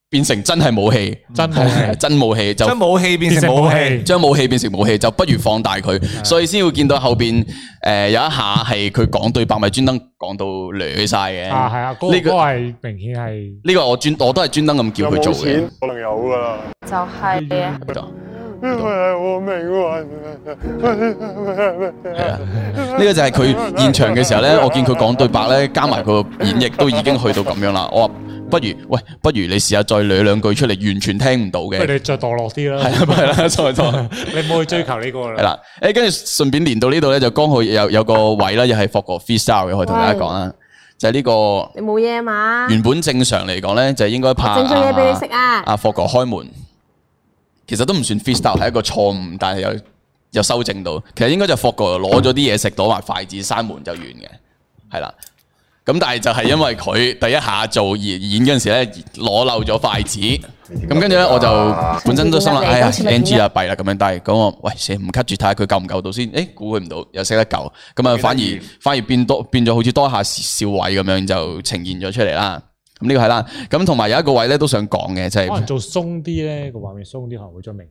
Speaker 1: 變成真係武器，
Speaker 2: 真武器
Speaker 1: 係 真武器就
Speaker 3: 將武器變成武器
Speaker 1: 將武器變成武器，就不如放大佢，
Speaker 2: 嗯
Speaker 1: 所以先會見到後邊誒、呃有一下係佢講對白咪專登講到攣晒嘅，
Speaker 2: 啊，係啊，嗰個
Speaker 1: 呢
Speaker 2: 嗰個
Speaker 1: 個
Speaker 2: 係明顯係
Speaker 1: 呢個我專我都係專登咁叫佢做嘅。
Speaker 16: 可能有噶啦。
Speaker 17: 就係、
Speaker 16: 因為係我命運。
Speaker 1: 呢個就係佢現場嘅時候咧，我見佢講對白咧，加埋佢個演繹都已經去到咁樣啦。我話不如喂，不如你試下再捋兩句出嚟，完全聽唔到
Speaker 2: 不如
Speaker 1: 嘅。
Speaker 2: 你再墮落啲啦。
Speaker 1: 係啦係啦 錯錯，
Speaker 2: 你唔好去追求呢個
Speaker 1: 係
Speaker 2: 啦。
Speaker 1: 啦，誒，跟住順便連到呢度咧，就剛好有有個位啦，又係霍國 freestyle 嘅，可以同大家講啦，就係呢個
Speaker 15: 你冇嘢嘛？
Speaker 1: 原本正常嚟講咧，就應該拍
Speaker 15: 整咗嘢俾你食啊
Speaker 1: 阿霍哥開門，其實都唔算 freestyle，係一個錯誤，但係有有修正到。其實應該就霍哥攞咗啲嘢食，攞埋筷子，閂門就完嘅，係啦。咁但係就係因為佢第一下做而演嗰陣時咧，攞漏咗筷子，咁跟住咧我就本身都心諗，哎呀 NG 啊弊啦咁樣，但係咁我喂死唔 cut 住睇下佢夠唔夠到先，誒估佢唔到又識得救，咁啊反而反而變多變咗好似多下少位咁樣就呈現咗出嚟啦。咁呢個係啦，咁同埋有一個位咧都想講嘅就係
Speaker 2: 可能做鬆啲咧，個畫面鬆啲可能會再明。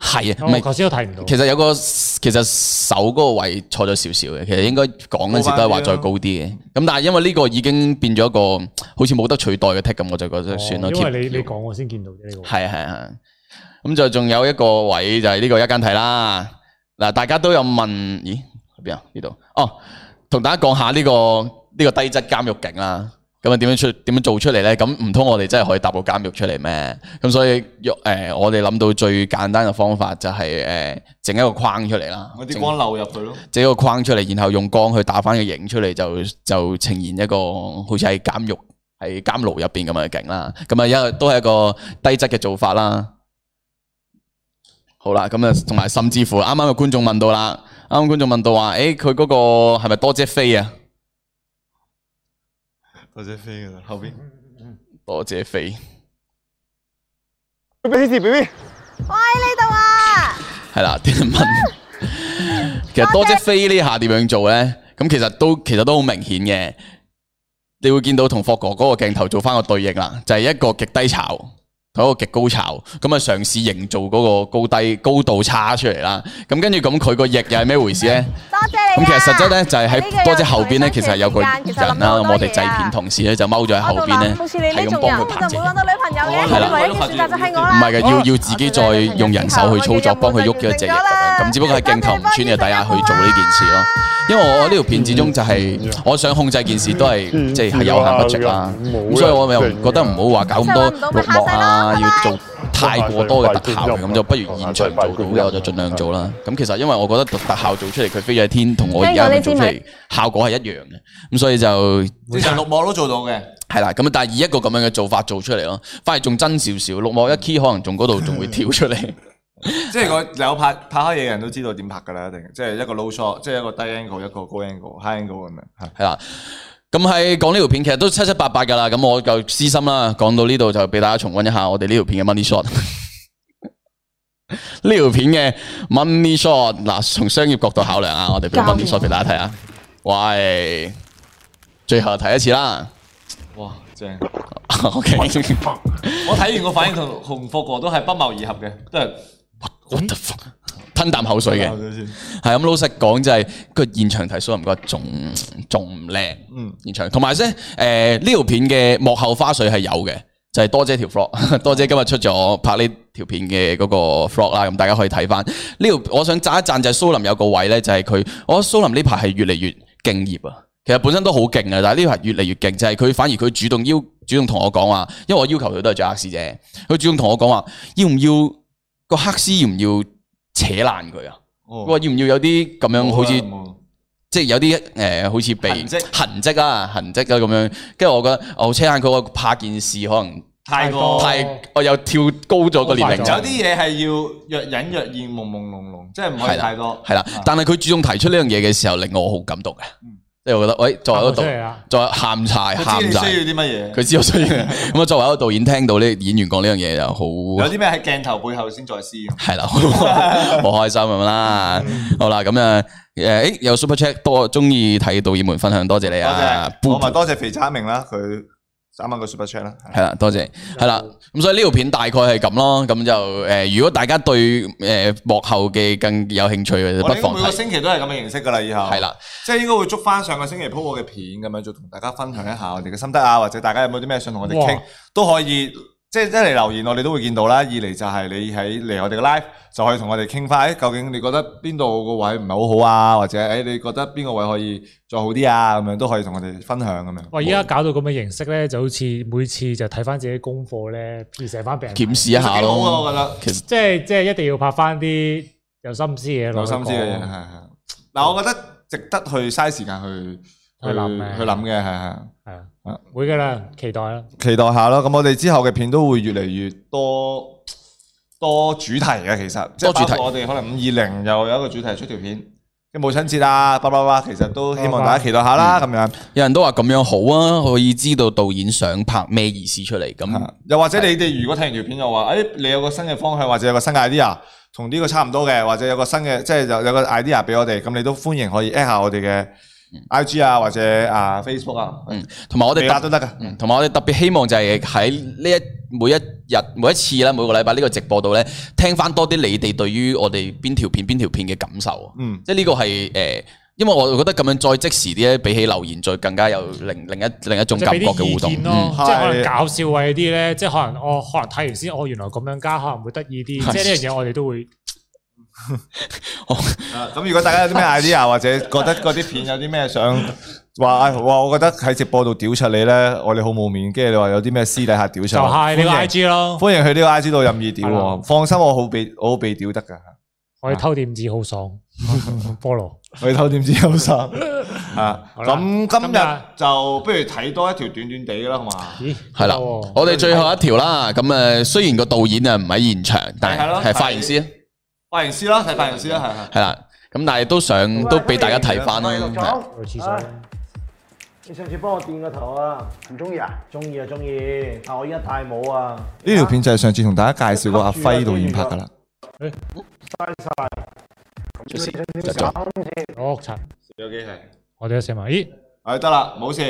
Speaker 1: 係啊，
Speaker 2: 我頭先都睇唔到
Speaker 1: 其實有個其實手嗰個位錯咗少少嘅，其實應該講嗰陣時都係話再高啲嘅。咁但係因為呢個已經變咗一個好似冇得取代嘅 tick 咁，我就覺得算啦。
Speaker 2: 哦因
Speaker 1: keep
Speaker 2: 為你你講我先見到啫呢個。
Speaker 1: 係係係。咁就仲有一個位就係呢個一間睇啦。嗱，大家都有問，咦？邊啊？呢度哦，同大家講下呢、個呢、個低質監獄警啦。咁啊點樣出點樣做出嚟咧？咁唔通我哋真係可以搭個監獄出嚟咩？咁所以誒、呃我哋諗到最簡單嘅方法就係、呃整、一個框出嚟啦。
Speaker 3: 我啲光流入去咯。
Speaker 1: 整個框出嚟，然後用光去打翻個形出嚟，就就呈現一個好似喺監獄喺監牢入邊咁嘅景啦。咁啊，一都係一個低質嘅做法啦。好啦，咁啊，同埋甚至乎啱啱嘅觀眾問到啦，啱啱觀眾問到話，誒佢嗰個係咪多姐飛啊？
Speaker 3: 多謝飛噶啦，後邊
Speaker 1: 多姐飛。
Speaker 16: B B B B，
Speaker 1: 系啦，啲人 問，其實多姐飛呢下點樣做咧？咁其實都其實都好明顯嘅，你會見到同霍哥嗰個鏡頭做翻個對應啦，就係一個極低潮同一個極高潮，咁啊嘗試營造嗰個高低高度差出嚟啦。咁跟住咁佢個翼又係咩回事 咧？咁其實實質咧就係喺多姐後邊咧，其實有個人啦，咁我哋製片同事咧就踎咗喺後邊咧，係咁幫佢拍
Speaker 15: 就冇揾到女朋友嘅，
Speaker 1: 哦係啦
Speaker 15: 你唯一嘅選擇就係我
Speaker 1: 唔
Speaker 15: 啦。
Speaker 1: 係嘅，要要自己再用人手去操作，幫佢喐咗一隻翼咁樣。咁只不過喺鏡頭唔穿嘅底下去做呢件事咯。因為我呢條片始終就係我想控制件事都係即係嗯有限不啊值啦。咁所以我又覺得唔好話搞咁多綠幕啊，要做太過多嘅特效嘅，咁就不如現場做到嘅我就盡量做啦。咁其實因為我覺得特效做出嚟佢飛咗天，同我而家咁做出嚟效果係一樣嘅，咁所以就。
Speaker 3: 其實綠幕都做到嘅。
Speaker 1: 係啦，咁啊但係以一個咁樣嘅做法做出嚟咯，反而仲真少少。綠幕一 key 可能仲嗰度仲會跳出嚟。
Speaker 3: 即係我有拍拍開嘢嘅人都知道點拍㗎啦，一定即係一個 low shot，即係一個低 angle，一個高 angle、high angle 咁樣。
Speaker 1: 係啦。咁喺講呢條片，其實都七七八八噶啦。咁我就私心啦，講到呢度就俾大家重温一下我哋呢條片嘅 money shot。呢條片嘅 money shot 嗱，從商業角度考量啊，我哋俾 money shot 俾大家睇下。喂，最後睇一次啦。
Speaker 3: 哇，正！
Speaker 1: OK，
Speaker 3: 我睇完個反應同紅霍哥都係不謀而合嘅，都係
Speaker 1: 吞啖口水嘅，
Speaker 3: 吞啖口水先
Speaker 1: 係咁老實講就係個現場睇蘇林哥仲仲唔靚，
Speaker 3: 嗯
Speaker 1: 現場同埋咧誒呢條片嘅幕後花絮係有嘅，就係、多姐條 vlog，多 姐今日出咗拍呢條片嘅嗰個 vlog 啦，咁大家可以睇翻呢條。我想讚一讚就係蘇林有個位咧，就係、佢，我覺得蘇林呢排係越嚟越敬業啊。其實本身都好勁嘅，但係呢排越嚟越勁，就係、佢反而佢主動要主動同我講話，因為我要求佢都係做黑絲啫，佢主動同我講話要唔要個黑絲要唔要扯爛佢啊？佢話要唔要有啲咁樣好似即係有啲誒、呃好似被
Speaker 3: 啊痕跡
Speaker 1: 痕跡啊痕跡啊咁樣，跟住我覺得哦我車眼佢我怕件事可能
Speaker 3: 太過
Speaker 1: 太我又跳高咗個年齡
Speaker 3: 有啲嘢係要若隱若現、朦朦朧朧，即係唔可以太多。
Speaker 1: 係啦，但係佢主動提出呢樣嘢嘅時候，令我好感動嘅。
Speaker 3: 嗯
Speaker 1: 即係我覺得，喂，
Speaker 2: 哦
Speaker 1: 作為一個導
Speaker 3: 喊咗出嚟
Speaker 2: 啊
Speaker 3: 啦，
Speaker 1: 作為喊晒
Speaker 3: 佢知
Speaker 1: 喊
Speaker 3: 你
Speaker 1: 晒，
Speaker 3: 需要啲乜嘢
Speaker 1: 佢知我 需要咁啊。作為一個導演，聽到呢演員講呢樣嘢就好
Speaker 3: 有啲咩喺鏡頭背後先再思。
Speaker 1: 係啦，好 好開心咁啦。
Speaker 3: 嗯
Speaker 1: 好啦，咁啊，誒，誒有 super check 多，中意睇導演們分享，多謝你啊，
Speaker 3: 我咪多謝肥仔明啦，佢三蚊個 super chat 啦。
Speaker 1: 係啦，多謝，
Speaker 3: 嗯
Speaker 1: 係啦，咁所以呢條片大概係咁咯，咁就呃誒，如果大家對誒幕後嘅更有興趣嘅，
Speaker 3: 我
Speaker 1: 不
Speaker 3: 哋應該
Speaker 1: 妨
Speaker 3: 每個
Speaker 1: 睇。
Speaker 3: 星期都係咁嘅形式㗎啦，以後
Speaker 1: 係啦，
Speaker 3: 即係應該會捉翻上個星期 po 過嘅片咁樣，就同大家分享一下我哋嘅心得啊，或者大家有冇啲咩想同我哋傾
Speaker 1: 哇
Speaker 3: 都可以，即係一嚟留言我哋都會見到啦，二嚟就係你喺嚟我哋嘅 live 就可以同我哋傾翻，誒究竟你覺得邊度個位唔係好好啊，或者誒你覺得邊個位可以再好啲啊，咁樣都可以同我哋分享咁樣。
Speaker 2: 哇！依家搞到咁嘅形式咧，就好似每次就睇翻自己功課咧，編寫翻俾人睇
Speaker 1: 檢視一下咯
Speaker 3: 其實幾好啊我覺得
Speaker 1: 其實
Speaker 2: 即係即係一定要拍翻啲有心思嘅嘢落
Speaker 3: 有
Speaker 2: 去講，
Speaker 3: 心思嘅嘢係係。嗱，我覺得值得去嘥時間去
Speaker 2: 去諗嘅
Speaker 3: 去諗嘅係係。
Speaker 2: 係啊
Speaker 3: 啊，
Speaker 2: 會噶啦，期待啦。
Speaker 3: 期待下咯。咁我哋之後嘅片都會越嚟越多多主題嘅，其實即係
Speaker 1: 多主題
Speaker 3: 包括我哋可能五二零又有一個主題出條片，嘅母親節啊，叭叭叭，其實都希望大家期待下
Speaker 1: 嗯
Speaker 3: 啦。咁樣
Speaker 1: 有人都話咁樣好啊，可以知道導演想拍咩意思出嚟。咁
Speaker 3: 又或者你哋如果睇完條片又話，誒你有個新嘅方向，或者有個新嘅 idea，同呢個差唔多嘅，或者有個新嘅，即係有有個 idea 俾我哋，咁你都歡迎可以 at 下我哋嘅 IG 啊，或者啊 Facebook 啊，
Speaker 1: 嗯，同埋我哋
Speaker 3: 微辣都得噶。
Speaker 1: 嗯同埋我哋特別希望就係喺呢一每一日每一次啦，每個禮拜呢個直播度咧，聽翻多啲你哋對於我哋邊條片邊條片嘅感受啊。
Speaker 3: 嗯
Speaker 1: 即係呢個係誒。因為我覺得咁樣再即時啲咧，比起留言再更加有另另一另一種
Speaker 2: 即
Speaker 1: 感
Speaker 2: 係俾
Speaker 1: 覺
Speaker 2: 啲
Speaker 1: 嘅
Speaker 2: 意
Speaker 1: 互動，
Speaker 2: 見咯，
Speaker 1: 嗯
Speaker 2: 即係可能搞笑位啲哦咧，即係可能我可能睇完先，哦原來咁樣加可能會得意啲，
Speaker 1: 係
Speaker 2: 即係呢樣嘢我哋都會
Speaker 3: 啊咁如果大家有啲咩 idea 或者覺得嗰啲片有啲咩想話，哎哇，我覺得喺直播度屌柒你咧，我哋好冇面，跟住你話有啲咩私底下屌柒，
Speaker 2: 就係呢個
Speaker 3: 歡迎
Speaker 2: I G 咯，
Speaker 3: 歡迎去呢個 I G 度任意屌
Speaker 2: 係
Speaker 3: 喎，放心，我好被我好被屌得噶，
Speaker 2: 我哋偷點子 好爽，菠蘿。
Speaker 3: 我哋偷點知有 心啊！
Speaker 2: 啦
Speaker 3: 咁啊今
Speaker 2: 今
Speaker 3: 日
Speaker 2: 日
Speaker 3: 就不如睇多一條短短地啦，好嘛？
Speaker 1: 系啦，
Speaker 2: 哦
Speaker 1: 我哋最後一條啦。咁诶，雖然個導演啊唔喺現場，但
Speaker 3: 係咯
Speaker 1: 係係髮型師啊，
Speaker 3: 髮型師啦，睇髮型師啦，係係。啊
Speaker 1: 係啦。咁但係都想都俾大家睇翻啦。係
Speaker 11: 去廁所。你上次幫我電個頭啊？唔中意啊？中意啊，中意。但我依家戴帽啊，
Speaker 3: 呢條片就係上次同大家介紹過阿輝導演拍噶啦。
Speaker 11: 嘥晒。
Speaker 3: 出事
Speaker 11: 咁
Speaker 3: 就到
Speaker 2: 我柒，
Speaker 3: 有幾係？
Speaker 2: 我哋都寫埋，咦，
Speaker 3: 係得啦，冇事。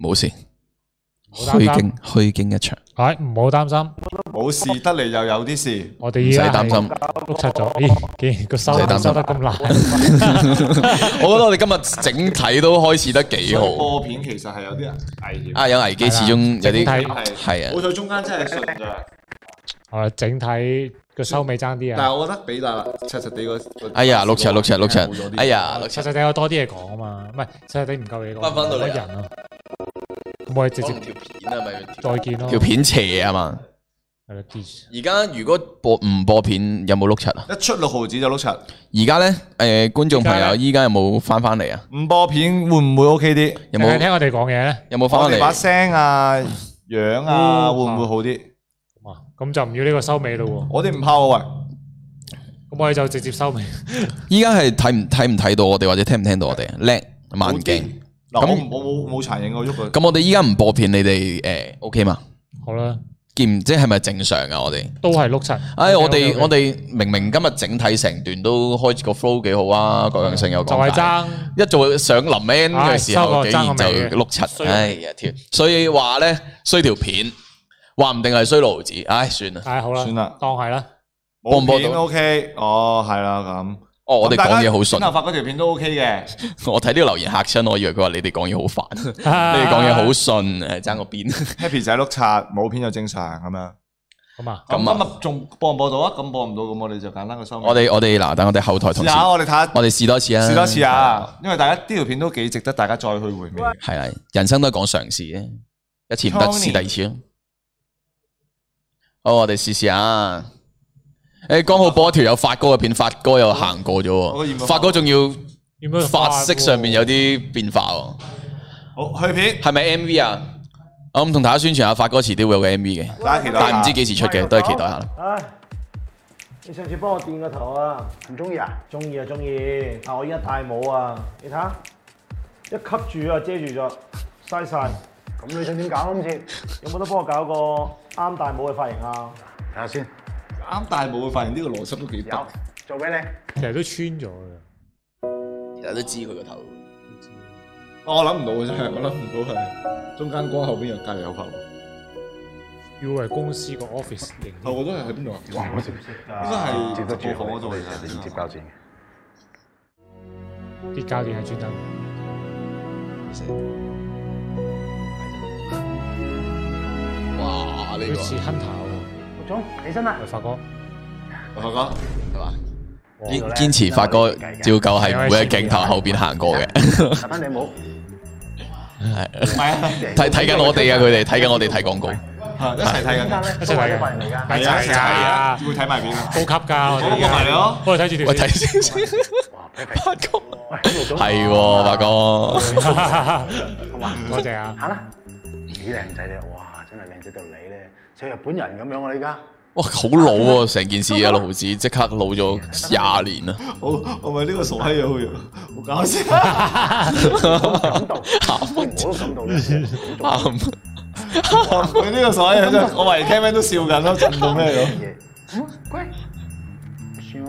Speaker 1: 冇事，
Speaker 2: 唔好擔
Speaker 1: 虛
Speaker 2: 心
Speaker 1: 驚虛驚一場，
Speaker 2: 唉，唔好擔心，
Speaker 3: 冇事得嚟又有啲事，
Speaker 2: 我
Speaker 1: 唔
Speaker 2: 哋
Speaker 1: 使
Speaker 2: 而家
Speaker 1: 擔心。
Speaker 2: 碌柒咗，咦，竟然個收
Speaker 1: 唔使擔心
Speaker 2: 收得
Speaker 1: 我覺得
Speaker 2: 咁
Speaker 1: 我哋今日整體都開始得幾
Speaker 3: 所以
Speaker 1: 好
Speaker 3: 播片其實係有啲危險。
Speaker 1: 啊！有危機，始終有啲係
Speaker 3: 好
Speaker 1: 啊，
Speaker 3: 彩中間真係順咋，
Speaker 2: 難，我整體個收尾爭啲
Speaker 3: 但
Speaker 2: 啊，
Speaker 3: 係我覺得比大啦，七實地個。
Speaker 1: 哎呀，六尺六尺六尺，哎呀，六
Speaker 2: 實
Speaker 1: 尺
Speaker 2: 實地有多啲嘢講啊嘛，唔係實實地唔夠嘢講，
Speaker 1: 翻返到嚟
Speaker 2: 冇乜
Speaker 1: 啊
Speaker 2: 人啊，咁我哋直接
Speaker 1: 條片啊咪
Speaker 2: 再見咯，
Speaker 1: 條片斜啊嘛。
Speaker 2: 係啦，dis
Speaker 1: 而家如果播唔播片有冇碌柒啊？
Speaker 3: 一出六毫子就碌柒，
Speaker 1: 而家咧，诶、觀眾朋友，依家有冇翻翻嚟啊？
Speaker 3: 唔播片會唔會 OK 啲？
Speaker 1: 有冇
Speaker 2: 淨係聽我哋講嘢咧？
Speaker 1: 有冇翻
Speaker 3: 我
Speaker 1: 翻
Speaker 3: 哋把
Speaker 1: 嚟？
Speaker 3: 聲啊、樣啊，
Speaker 2: 哦
Speaker 3: 會唔會好啲？
Speaker 2: 咁就唔要呢個收尾咯喎，
Speaker 3: 我哋唔拋啊
Speaker 2: 咁我哋就直接收尾，
Speaker 1: 依家係睇唔睇唔睇到我哋，或者聽唔聽到我哋啊？叻慢鏡。
Speaker 3: 喂！嗱，我
Speaker 1: 咁
Speaker 3: 唔我冇冇殘影我喐佢。
Speaker 1: 咁，我哋依家唔播片，你哋诶 OK 嘛？
Speaker 2: 好啦，
Speaker 1: 見唔即係咪正常啊？我哋，
Speaker 2: 都係碌柒，
Speaker 1: 哎，我
Speaker 2: OK，OK，OK
Speaker 1: 哋我哋明明今日整體成段都開個 flow 幾好啊，各樣性有
Speaker 2: 就
Speaker 1: 講
Speaker 2: 係
Speaker 1: 解。
Speaker 2: 爭。
Speaker 1: 一做上臨 end 嘅
Speaker 2: 唉
Speaker 1: 時
Speaker 2: 收
Speaker 1: 候，
Speaker 2: 過
Speaker 1: 竟然就
Speaker 2: 爭個尾
Speaker 1: 碌柒，
Speaker 2: 衰
Speaker 1: 唉呀條！所以話咧，衰條片，話唔定係衰勞子，唉，算啦。
Speaker 2: 唉，好啦，
Speaker 3: 算啦
Speaker 2: 當係啦。
Speaker 1: 播唔播
Speaker 3: 片
Speaker 1: 到？
Speaker 3: OK，哦，係啦咁。
Speaker 1: 哦，我哋
Speaker 3: 咁大家
Speaker 1: 講嘢好順
Speaker 3: 剪頭髮嗰條片都 OK 嘅。
Speaker 1: 我睇呢個留言嚇親我，以為佢話你哋講嘢好煩， 你
Speaker 3: 啊
Speaker 1: 哋講嘢好順，誒爭個邊。
Speaker 3: Happy 仔碌柒，冇片就正常咁樣。
Speaker 1: 咁
Speaker 2: 咁啊，
Speaker 1: 啊
Speaker 3: 咁今日仲播唔播到啊？咁播唔到，咁我哋就簡單個收尾。
Speaker 1: 我哋我哋嗱，等我哋後台同
Speaker 3: 試
Speaker 1: 事，
Speaker 3: 下，我哋睇下，
Speaker 1: 我哋試多次啊，
Speaker 3: 試多次，啊！因為大家呢條片都幾值得大家再去回味。
Speaker 1: 係啊，人生都係講嘗試嘅，一次唔得
Speaker 3: Tony
Speaker 1: 試第二次咯。好，我哋試試啊。誒，剛好播一條有發哥嘅片，發哥又行過咗
Speaker 3: 我以為
Speaker 1: 喎，發哥仲要
Speaker 2: 點樣
Speaker 1: 發色上面有啲變化喎。
Speaker 3: 好，去片，
Speaker 1: 係咪 M V 啊？我咁同大家宣傳下，發哥遲啲會有個 M V 嘅，
Speaker 3: 大家期待下
Speaker 1: 但係唔知幾時出嘅，都係期待下啦。
Speaker 11: 唉，你上次幫我電個頭啊，唔中意啊？中意啊，中意。但我依家戴帽啊，你睇下，一吸住啊，遮住咗，嘥晒。咁你想點搞啊今次？有冇得幫我搞個啱戴帽嘅髮型啊？睇下先，
Speaker 3: 啱大帽嘅發現呢個邏輯都幾得。
Speaker 11: 做俾你。
Speaker 2: 其實都穿咗嘅。
Speaker 1: 其實都知佢個頭。
Speaker 3: 我諗唔到嘅真係，我諗唔到係中間光後邊又隔離有發。
Speaker 2: 要係公司個 office 型。
Speaker 3: 我都係喺邊度啊？哇！我接唔識應該係接得住房嗰度嚟嘅，你接交錢。
Speaker 2: 啲教練係專登。
Speaker 1: 哇！呢
Speaker 2: 佢似 hunter
Speaker 11: 陸總，起身啦
Speaker 2: 喎，。發哥。
Speaker 3: 我發哥
Speaker 1: 係嘛？堅堅持發哥照舊係唔會喺鏡頭後邊行過嘅，
Speaker 11: 睇翻你帽。
Speaker 1: 係 睇睇緊我哋啊！佢哋睇緊我哋睇廣告，
Speaker 3: 一齊睇緊，
Speaker 2: 一齊睇嘅。
Speaker 3: 係啊，一齊睇啊，會睇埋片啊。
Speaker 2: 高級㗎，我哋而
Speaker 3: 我埋你
Speaker 2: 家。
Speaker 3: 咯
Speaker 2: 我哋睇住條
Speaker 1: 喂
Speaker 2: 線
Speaker 1: 睇。先先， 發哥係喎，發哥
Speaker 2: 多謝啊！
Speaker 11: 嚇啦，幾靚仔咧！哇，真係靚仔到你咧，似日本人咁樣啊！你而家
Speaker 1: 哇好老喎！成件事啊，六毫子即刻老咗廿年啊啦，
Speaker 3: 好，我咪呢個傻閪樣嘅，好搞 笑。
Speaker 11: 我都感到你
Speaker 1: 啱
Speaker 3: 佢呢個傻閪樣真係，我懷疑 Kevin 都笑緊咯，震到咩咁？
Speaker 11: 嘢。嗯，乖。想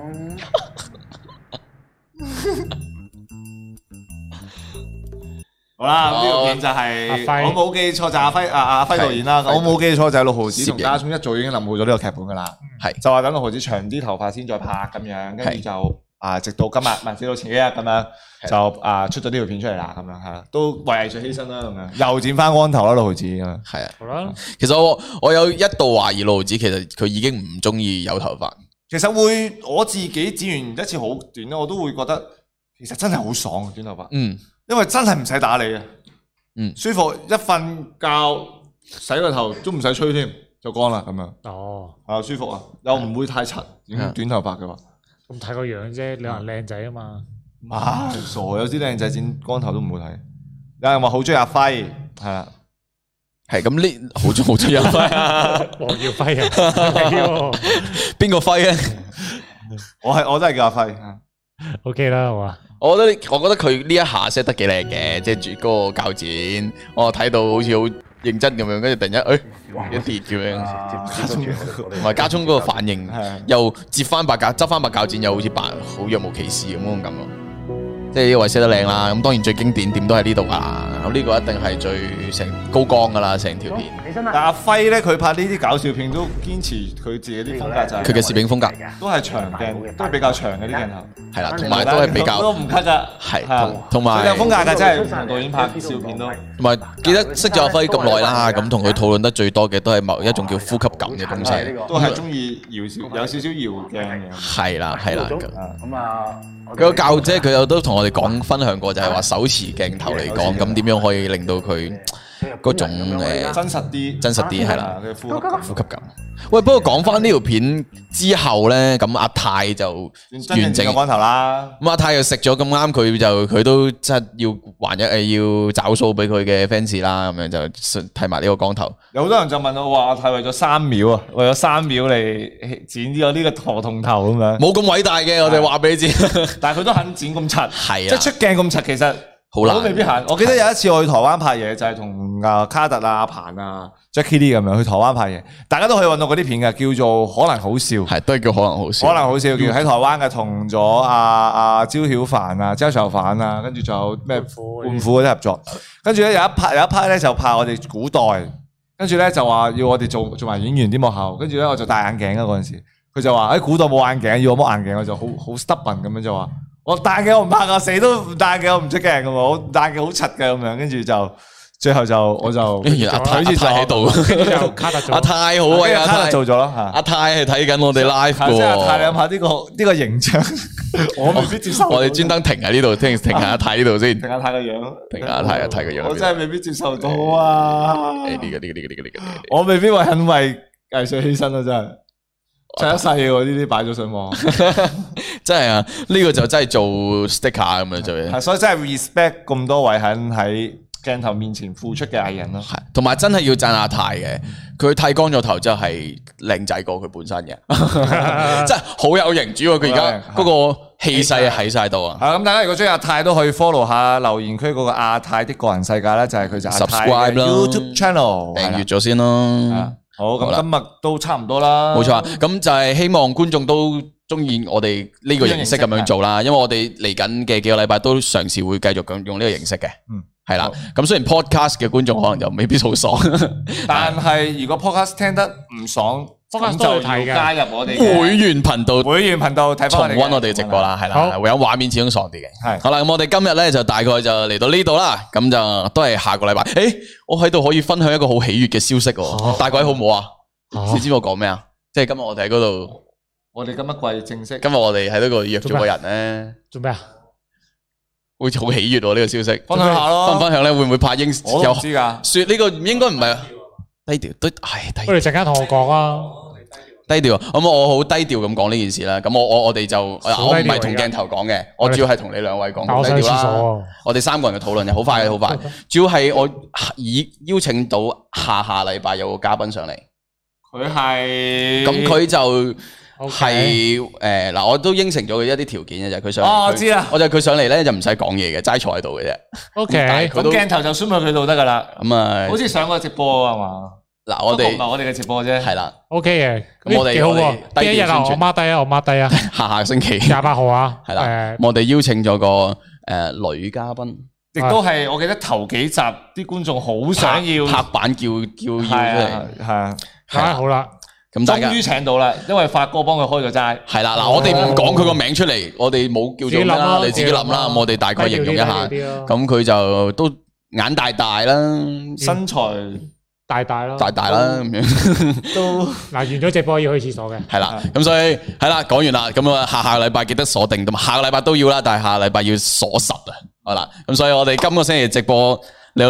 Speaker 3: 好啦，咁呢條片就係
Speaker 2: 阿輝
Speaker 3: 我冇記錯就阿輝啊阿輝導演啦。
Speaker 1: 係
Speaker 3: 我冇記錯就係六毫子同
Speaker 1: 攝影
Speaker 3: 家聰一早已經諗好咗呢個劇本噶啦，
Speaker 1: 係
Speaker 3: 就話等六毫子長啲頭髮先再拍咁樣，跟住
Speaker 1: 係
Speaker 3: 就啊直到今日唔係直到前幾日咁樣就啊出咗呢條片出嚟啦，咁樣係啦，都為藝術犧牲啦咁樣，又剪翻光頭啦六毫子咁樣。
Speaker 1: 係啊！
Speaker 2: 好啦，
Speaker 1: 其實我我有一度懷疑六毫子其實佢已經唔中意有頭髮，
Speaker 3: 其實會我自己剪完一次好短咧，我都會覺得其實真係好爽啊短頭髮，
Speaker 1: 嗯，
Speaker 3: 因為真係唔使打理啊，
Speaker 1: 嗯，
Speaker 3: 舒服一瞓覺洗個頭都唔使吹添，就乾啦咁樣。
Speaker 2: 哦，
Speaker 3: 啊舒服啊，又唔會太柒，
Speaker 1: 嗯
Speaker 3: 短短頭髮嘅話。
Speaker 2: 咁睇個樣啫，你話靚仔 啊嘛。
Speaker 1: 嗯
Speaker 3: 啊，傻！有啲靚仔剪光頭都唔好睇。有人話好中意阿輝，係啦，
Speaker 1: 系咁呢，好中好中意阿輝 啊，
Speaker 2: 黃耀輝啊，
Speaker 1: 邊個啊輝咧？
Speaker 3: 我係我都係叫阿輝。
Speaker 1: 嗯
Speaker 2: O K 啦，好啊。
Speaker 1: 我覺得我覺得佢呢一下 set 得幾靚嘅，即係住嗰個鉸剪，我睇到好似好認真咁樣，跟住突然間，誒、一跌咁樣，同埋家聰嗰個反應又接翻白鉸，執翻白鉸剪，又好似扮好若無其事咁嗰種感覺。即係呢位 set 得靚啦，咁當然最經典點都係呢度噶啦，咁呢個一定係最成高光噶啦，成條片。
Speaker 3: 但阿輝咧，佢拍呢啲搞笑片都堅持佢自己啲風格就係
Speaker 1: 佢嘅攝影風格
Speaker 3: 都係長鏡，都係比較長嘅啲鏡頭。
Speaker 1: 係啦，同埋都係比較
Speaker 3: 都唔 cut 㗎，
Speaker 1: 係同同埋
Speaker 3: 佢有風格㗎，真係唔同導演拍笑片都。
Speaker 1: 同埋記得識咗阿輝咁耐啦，咁同佢討論得最多嘅都係某一種叫呼吸感嘅東西，
Speaker 3: 都係中意搖少有少少搖鏡嘅。
Speaker 1: 係啦啊係啦。
Speaker 10: 咁啊，
Speaker 1: 佢個教姐佢有都同我哋講分享過，就係話手持鏡頭嚟講，咁點樣可以令到佢嗰種誒
Speaker 3: 真實啲，
Speaker 1: 啊真實啲係啦，
Speaker 3: 佢呼吸
Speaker 1: 呼吸感。喂，不過講翻呢條片之後咧，咁阿泰就完
Speaker 3: 真正
Speaker 1: 整
Speaker 3: 嘅光頭啦。
Speaker 1: 咁阿泰又食咗咁啱，佢就佢都真係要還一誒要找數俾佢嘅 fans 啦，咁樣就剃埋呢個光頭。
Speaker 3: 有好多人就問我話：阿泰為咗三秒啊，為咗三秒嚟剪咗呢個駝筒頭咁樣。
Speaker 1: 冇咁偉大嘅，我哋話俾你知。
Speaker 3: 但係佢都肯剪咁柒，
Speaker 1: 係啊
Speaker 3: 即係出鏡咁柒，其實
Speaker 1: 好難
Speaker 3: 我都未必行。我記得有一次我去台灣拍嘢，就係同啊卡特啊、阿彭啊、Jackie Lee 咁樣去台灣拍嘢，大家都可以揾到嗰啲片嘅，叫做可能好笑，
Speaker 1: 係都係叫可能好笑，
Speaker 3: 可能好笑。叫喺台灣嘅同咗阿阿焦曉凡啊、周秀凡啊，跟住仲有咩胖虎嗰啲合作。跟住咧有一拍有一拍咧就拍我哋古代，跟住咧就話要我哋做做埋演員啲幕後，跟住咧我就戴眼鏡啊啦嗰陣時，佢就話喺哎古代冇眼鏡，要我剝眼鏡，我就好好 stubborn 咁樣就話我戴眼鏡我唔拍啊，死都唔戴眼鏡我唔出鏡噶嘛，我戴眼鏡好柒嘅咁樣，跟住就。最後就我就
Speaker 1: 跟住阿泰
Speaker 3: 好似就
Speaker 1: 阿泰喺度
Speaker 3: 跟住就卡特做
Speaker 1: 阿泰好啊
Speaker 3: 跟住卡
Speaker 1: 阿泰
Speaker 3: 特做咗啦嚇，
Speaker 1: 阿泰係睇緊我哋 live
Speaker 3: 即係阿
Speaker 1: 嘅
Speaker 3: 泰你諗下呢個呢個形象， 我未必接受
Speaker 1: 喎，
Speaker 3: 到。
Speaker 1: 我哋專登停喺呢度，停停下睇呢度先， 停
Speaker 3: 下睇個樣，
Speaker 1: 停下睇下睇個樣。
Speaker 3: 我真係未必接受到啊！
Speaker 1: 誒哎呢個呢個呢個呢個呢個。
Speaker 3: 我未必會肯為藝術犧牲啊！真係，上一世喎呢啲擺咗上 網，
Speaker 1: 真係啊！呢個就真係做 sticker 咁樣做嘢
Speaker 3: 係，所以真係 respect 咁多位肯喺鏡頭面前付出嘅藝 人咯。係
Speaker 1: 同埋真係要讚阿泰嘅，佢剃光咗頭之後係靚仔過佢本身 嘅，真係好有型。主要佢而家嗰個氣勢喺晒度啊！
Speaker 3: 啊咁，大家如果中意阿泰都可以 follow 下留言區嗰個阿泰的個人世界啦，就係佢就阿泰嘅
Speaker 1: Subscribe 啦
Speaker 3: YouTube channel
Speaker 1: 訂閱咗先啦。
Speaker 3: 好，
Speaker 1: 好啦
Speaker 3: 咁今日都差唔多啦。
Speaker 1: 冇錯啊！咁就係希望觀眾都中意我哋呢個形式咁樣做啦，因為我哋嚟緊嘅幾個禮拜都嘗試會繼續咁用呢個形式嘅。
Speaker 3: 嗯，
Speaker 1: 係啦。咁雖然 podcast 嘅觀眾可能就未必好 爽，
Speaker 3: 但係如果 podcast 聽得唔爽，
Speaker 2: Podcast
Speaker 3: 咁
Speaker 2: 都會
Speaker 3: 就
Speaker 2: 睇㗎
Speaker 3: 要加入我哋嘅
Speaker 1: 會員頻道，
Speaker 3: 會員頻道睇
Speaker 1: 重
Speaker 3: 返我哋嘅
Speaker 1: 溫我哋嘅直播啦，係啦，
Speaker 3: 好
Speaker 1: 會有畫面始終爽啲嘅。
Speaker 3: 係
Speaker 1: 好啦，咁我哋今日咧就大概就嚟到呢度啦，咁就都係下個禮拜。誒，我喺度可以分享一個好喜悅嘅消息
Speaker 3: 哦
Speaker 1: 喎，大鬼好唔好啊？你知唔知我講咩啊？即係今日我哋喺嗰度，
Speaker 3: 我哋今一季正式，
Speaker 1: 今日我哋喺嗰度約咗個人咧。
Speaker 2: 做咩啊？
Speaker 1: 會好喜悅喎呢個消息，
Speaker 3: 分享下咯
Speaker 1: 分唔分享咧會唔會拍英？
Speaker 3: 我都唔知㗎
Speaker 1: 說呢個應該唔係低調，都係低
Speaker 2: 不如陣間同我講啊。
Speaker 1: 低調。咁我好低調咁講呢件事啦。咁我我我哋就我
Speaker 2: 好
Speaker 1: 我唔
Speaker 2: 低調
Speaker 1: 係同
Speaker 2: 嚟㗎
Speaker 1: 鏡頭講嘅，我主要係同你兩位講
Speaker 2: 但
Speaker 1: 好
Speaker 2: 我
Speaker 1: 低
Speaker 2: 想去
Speaker 1: 調
Speaker 2: 廁所
Speaker 1: 啦
Speaker 2: 喎。
Speaker 1: 我哋三個人嘅討論好快好 快。主要係我已邀請到下下禮拜有個嘉賓上嚟。
Speaker 3: 佢係
Speaker 1: 咁佢就係誒嗱，我都應承咗佢一啲條件嘅啫。佢上嚟
Speaker 3: 哦我
Speaker 1: 佢
Speaker 3: 知啦
Speaker 1: 我就佢上嚟咧就唔使講嘢嘅，齋坐喺度嘅啫。
Speaker 2: OK，
Speaker 1: 但係佢
Speaker 3: 咁
Speaker 1: 都
Speaker 3: 鏡頭就 zoom 去佢度得㗎啦。
Speaker 1: 咁啊，
Speaker 3: 好似上過直播啊嘛？
Speaker 1: 嗱，我哋
Speaker 3: 唔係我哋嘅直播啫。
Speaker 1: 係啦，
Speaker 2: O K 嘅，
Speaker 1: 咁我哋
Speaker 2: 咦幾好
Speaker 1: 我哋
Speaker 2: 喎。
Speaker 1: 低
Speaker 2: 邊一日
Speaker 1: 調宣
Speaker 2: 啊？
Speaker 1: 傳
Speaker 2: 我孖低啊，我孖低啊。
Speaker 1: 下下星期
Speaker 2: 廿八號啊，
Speaker 1: 係啦，我哋邀請咗個誒女嘉賓，
Speaker 3: 亦都係我記得頭幾集啲觀眾好想要
Speaker 1: 拍板叫叫要出
Speaker 3: 係啊
Speaker 1: 嚟，
Speaker 3: 係啊，
Speaker 1: 啊
Speaker 2: 好啦，
Speaker 1: 咁大家
Speaker 3: 終於請到啦，因為發哥幫佢開咗
Speaker 2: 嗯
Speaker 3: 齋。
Speaker 1: 係啦，嗱，我哋唔講佢個名出嚟，我哋冇叫做咩啦，你自己諗啦。咁我哋大概
Speaker 2: 啊
Speaker 1: 形容一下，
Speaker 3: 低調啲低調啲
Speaker 1: 咁佢就都眼大大啦，
Speaker 3: 身材
Speaker 2: 大大咯，
Speaker 1: 大大啦咁樣
Speaker 2: 都嗱完咗直播要去廁所嘅，
Speaker 1: 係啦，咁所以係啦，講完啦，咁啊下下個禮拜記得鎖定，咁啊下個禮拜都要啦，但係下個禮拜要鎖實啊，好啦，咁所以我哋今個星期直播你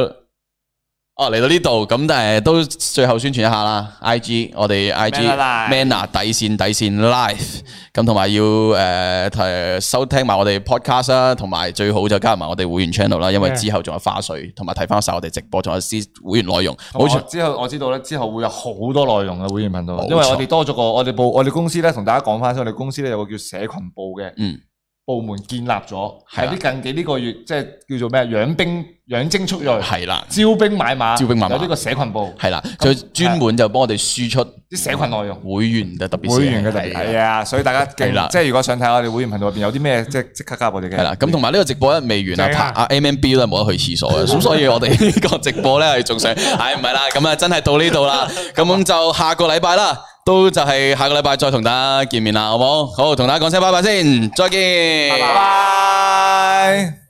Speaker 1: 哦嚟到呢度，咁但係都最後宣傳一下啦，IG 我哋 IG
Speaker 17: Manner Live
Speaker 1: Manner 底線底線 Live，咁同埋要誒睇收聽埋我哋 podcast 啦，同埋最好就加入埋我哋會員 channel 啦，因為
Speaker 3: Yeah
Speaker 1: 之後仲有花絮，同埋睇翻晒我哋直播，仲有啲會員內容，
Speaker 3: 好啊
Speaker 1: 好似
Speaker 3: 似。之後我知道咧，之後會有好多內容啊嘅會員頻道，
Speaker 1: 冇錯
Speaker 3: 因為我哋多咗個我哋部我哋公司咧，同大家講翻先，我哋公司咧有個叫社群部嘅
Speaker 1: 嗯
Speaker 3: 部門建立咗，
Speaker 1: 係啊
Speaker 3: 喺
Speaker 1: 啦
Speaker 3: 呢近幾呢個月即係叫做咩養兵養精蓄鋭，
Speaker 1: 係啦，
Speaker 3: 招兵買馬，
Speaker 1: 招兵買馬
Speaker 3: 有呢個社群部，
Speaker 1: 系啦，就專門就幫我哋輸出啲
Speaker 3: 社群內容，
Speaker 1: 會員嘅特別
Speaker 3: 會員嘅特別係啊，所以大家記
Speaker 1: 係啦
Speaker 3: 即係如果想睇我哋會員頻道入邊有啲咩，即係即刻加入我哋嘅。
Speaker 1: 系啦，咁同埋呢個直播一未完
Speaker 3: 正啊
Speaker 1: 啊，阿 M M B 都係冇得去廁所 嘅，咁所以我哋呢個直播咧係仲想，唉唔係啦，咁啊真係到呢度啦，咁就下個禮拜啦，都就係下個禮拜再同大家見面啦，好唔好？好，同大家講聲拜拜先，再見，拜拜。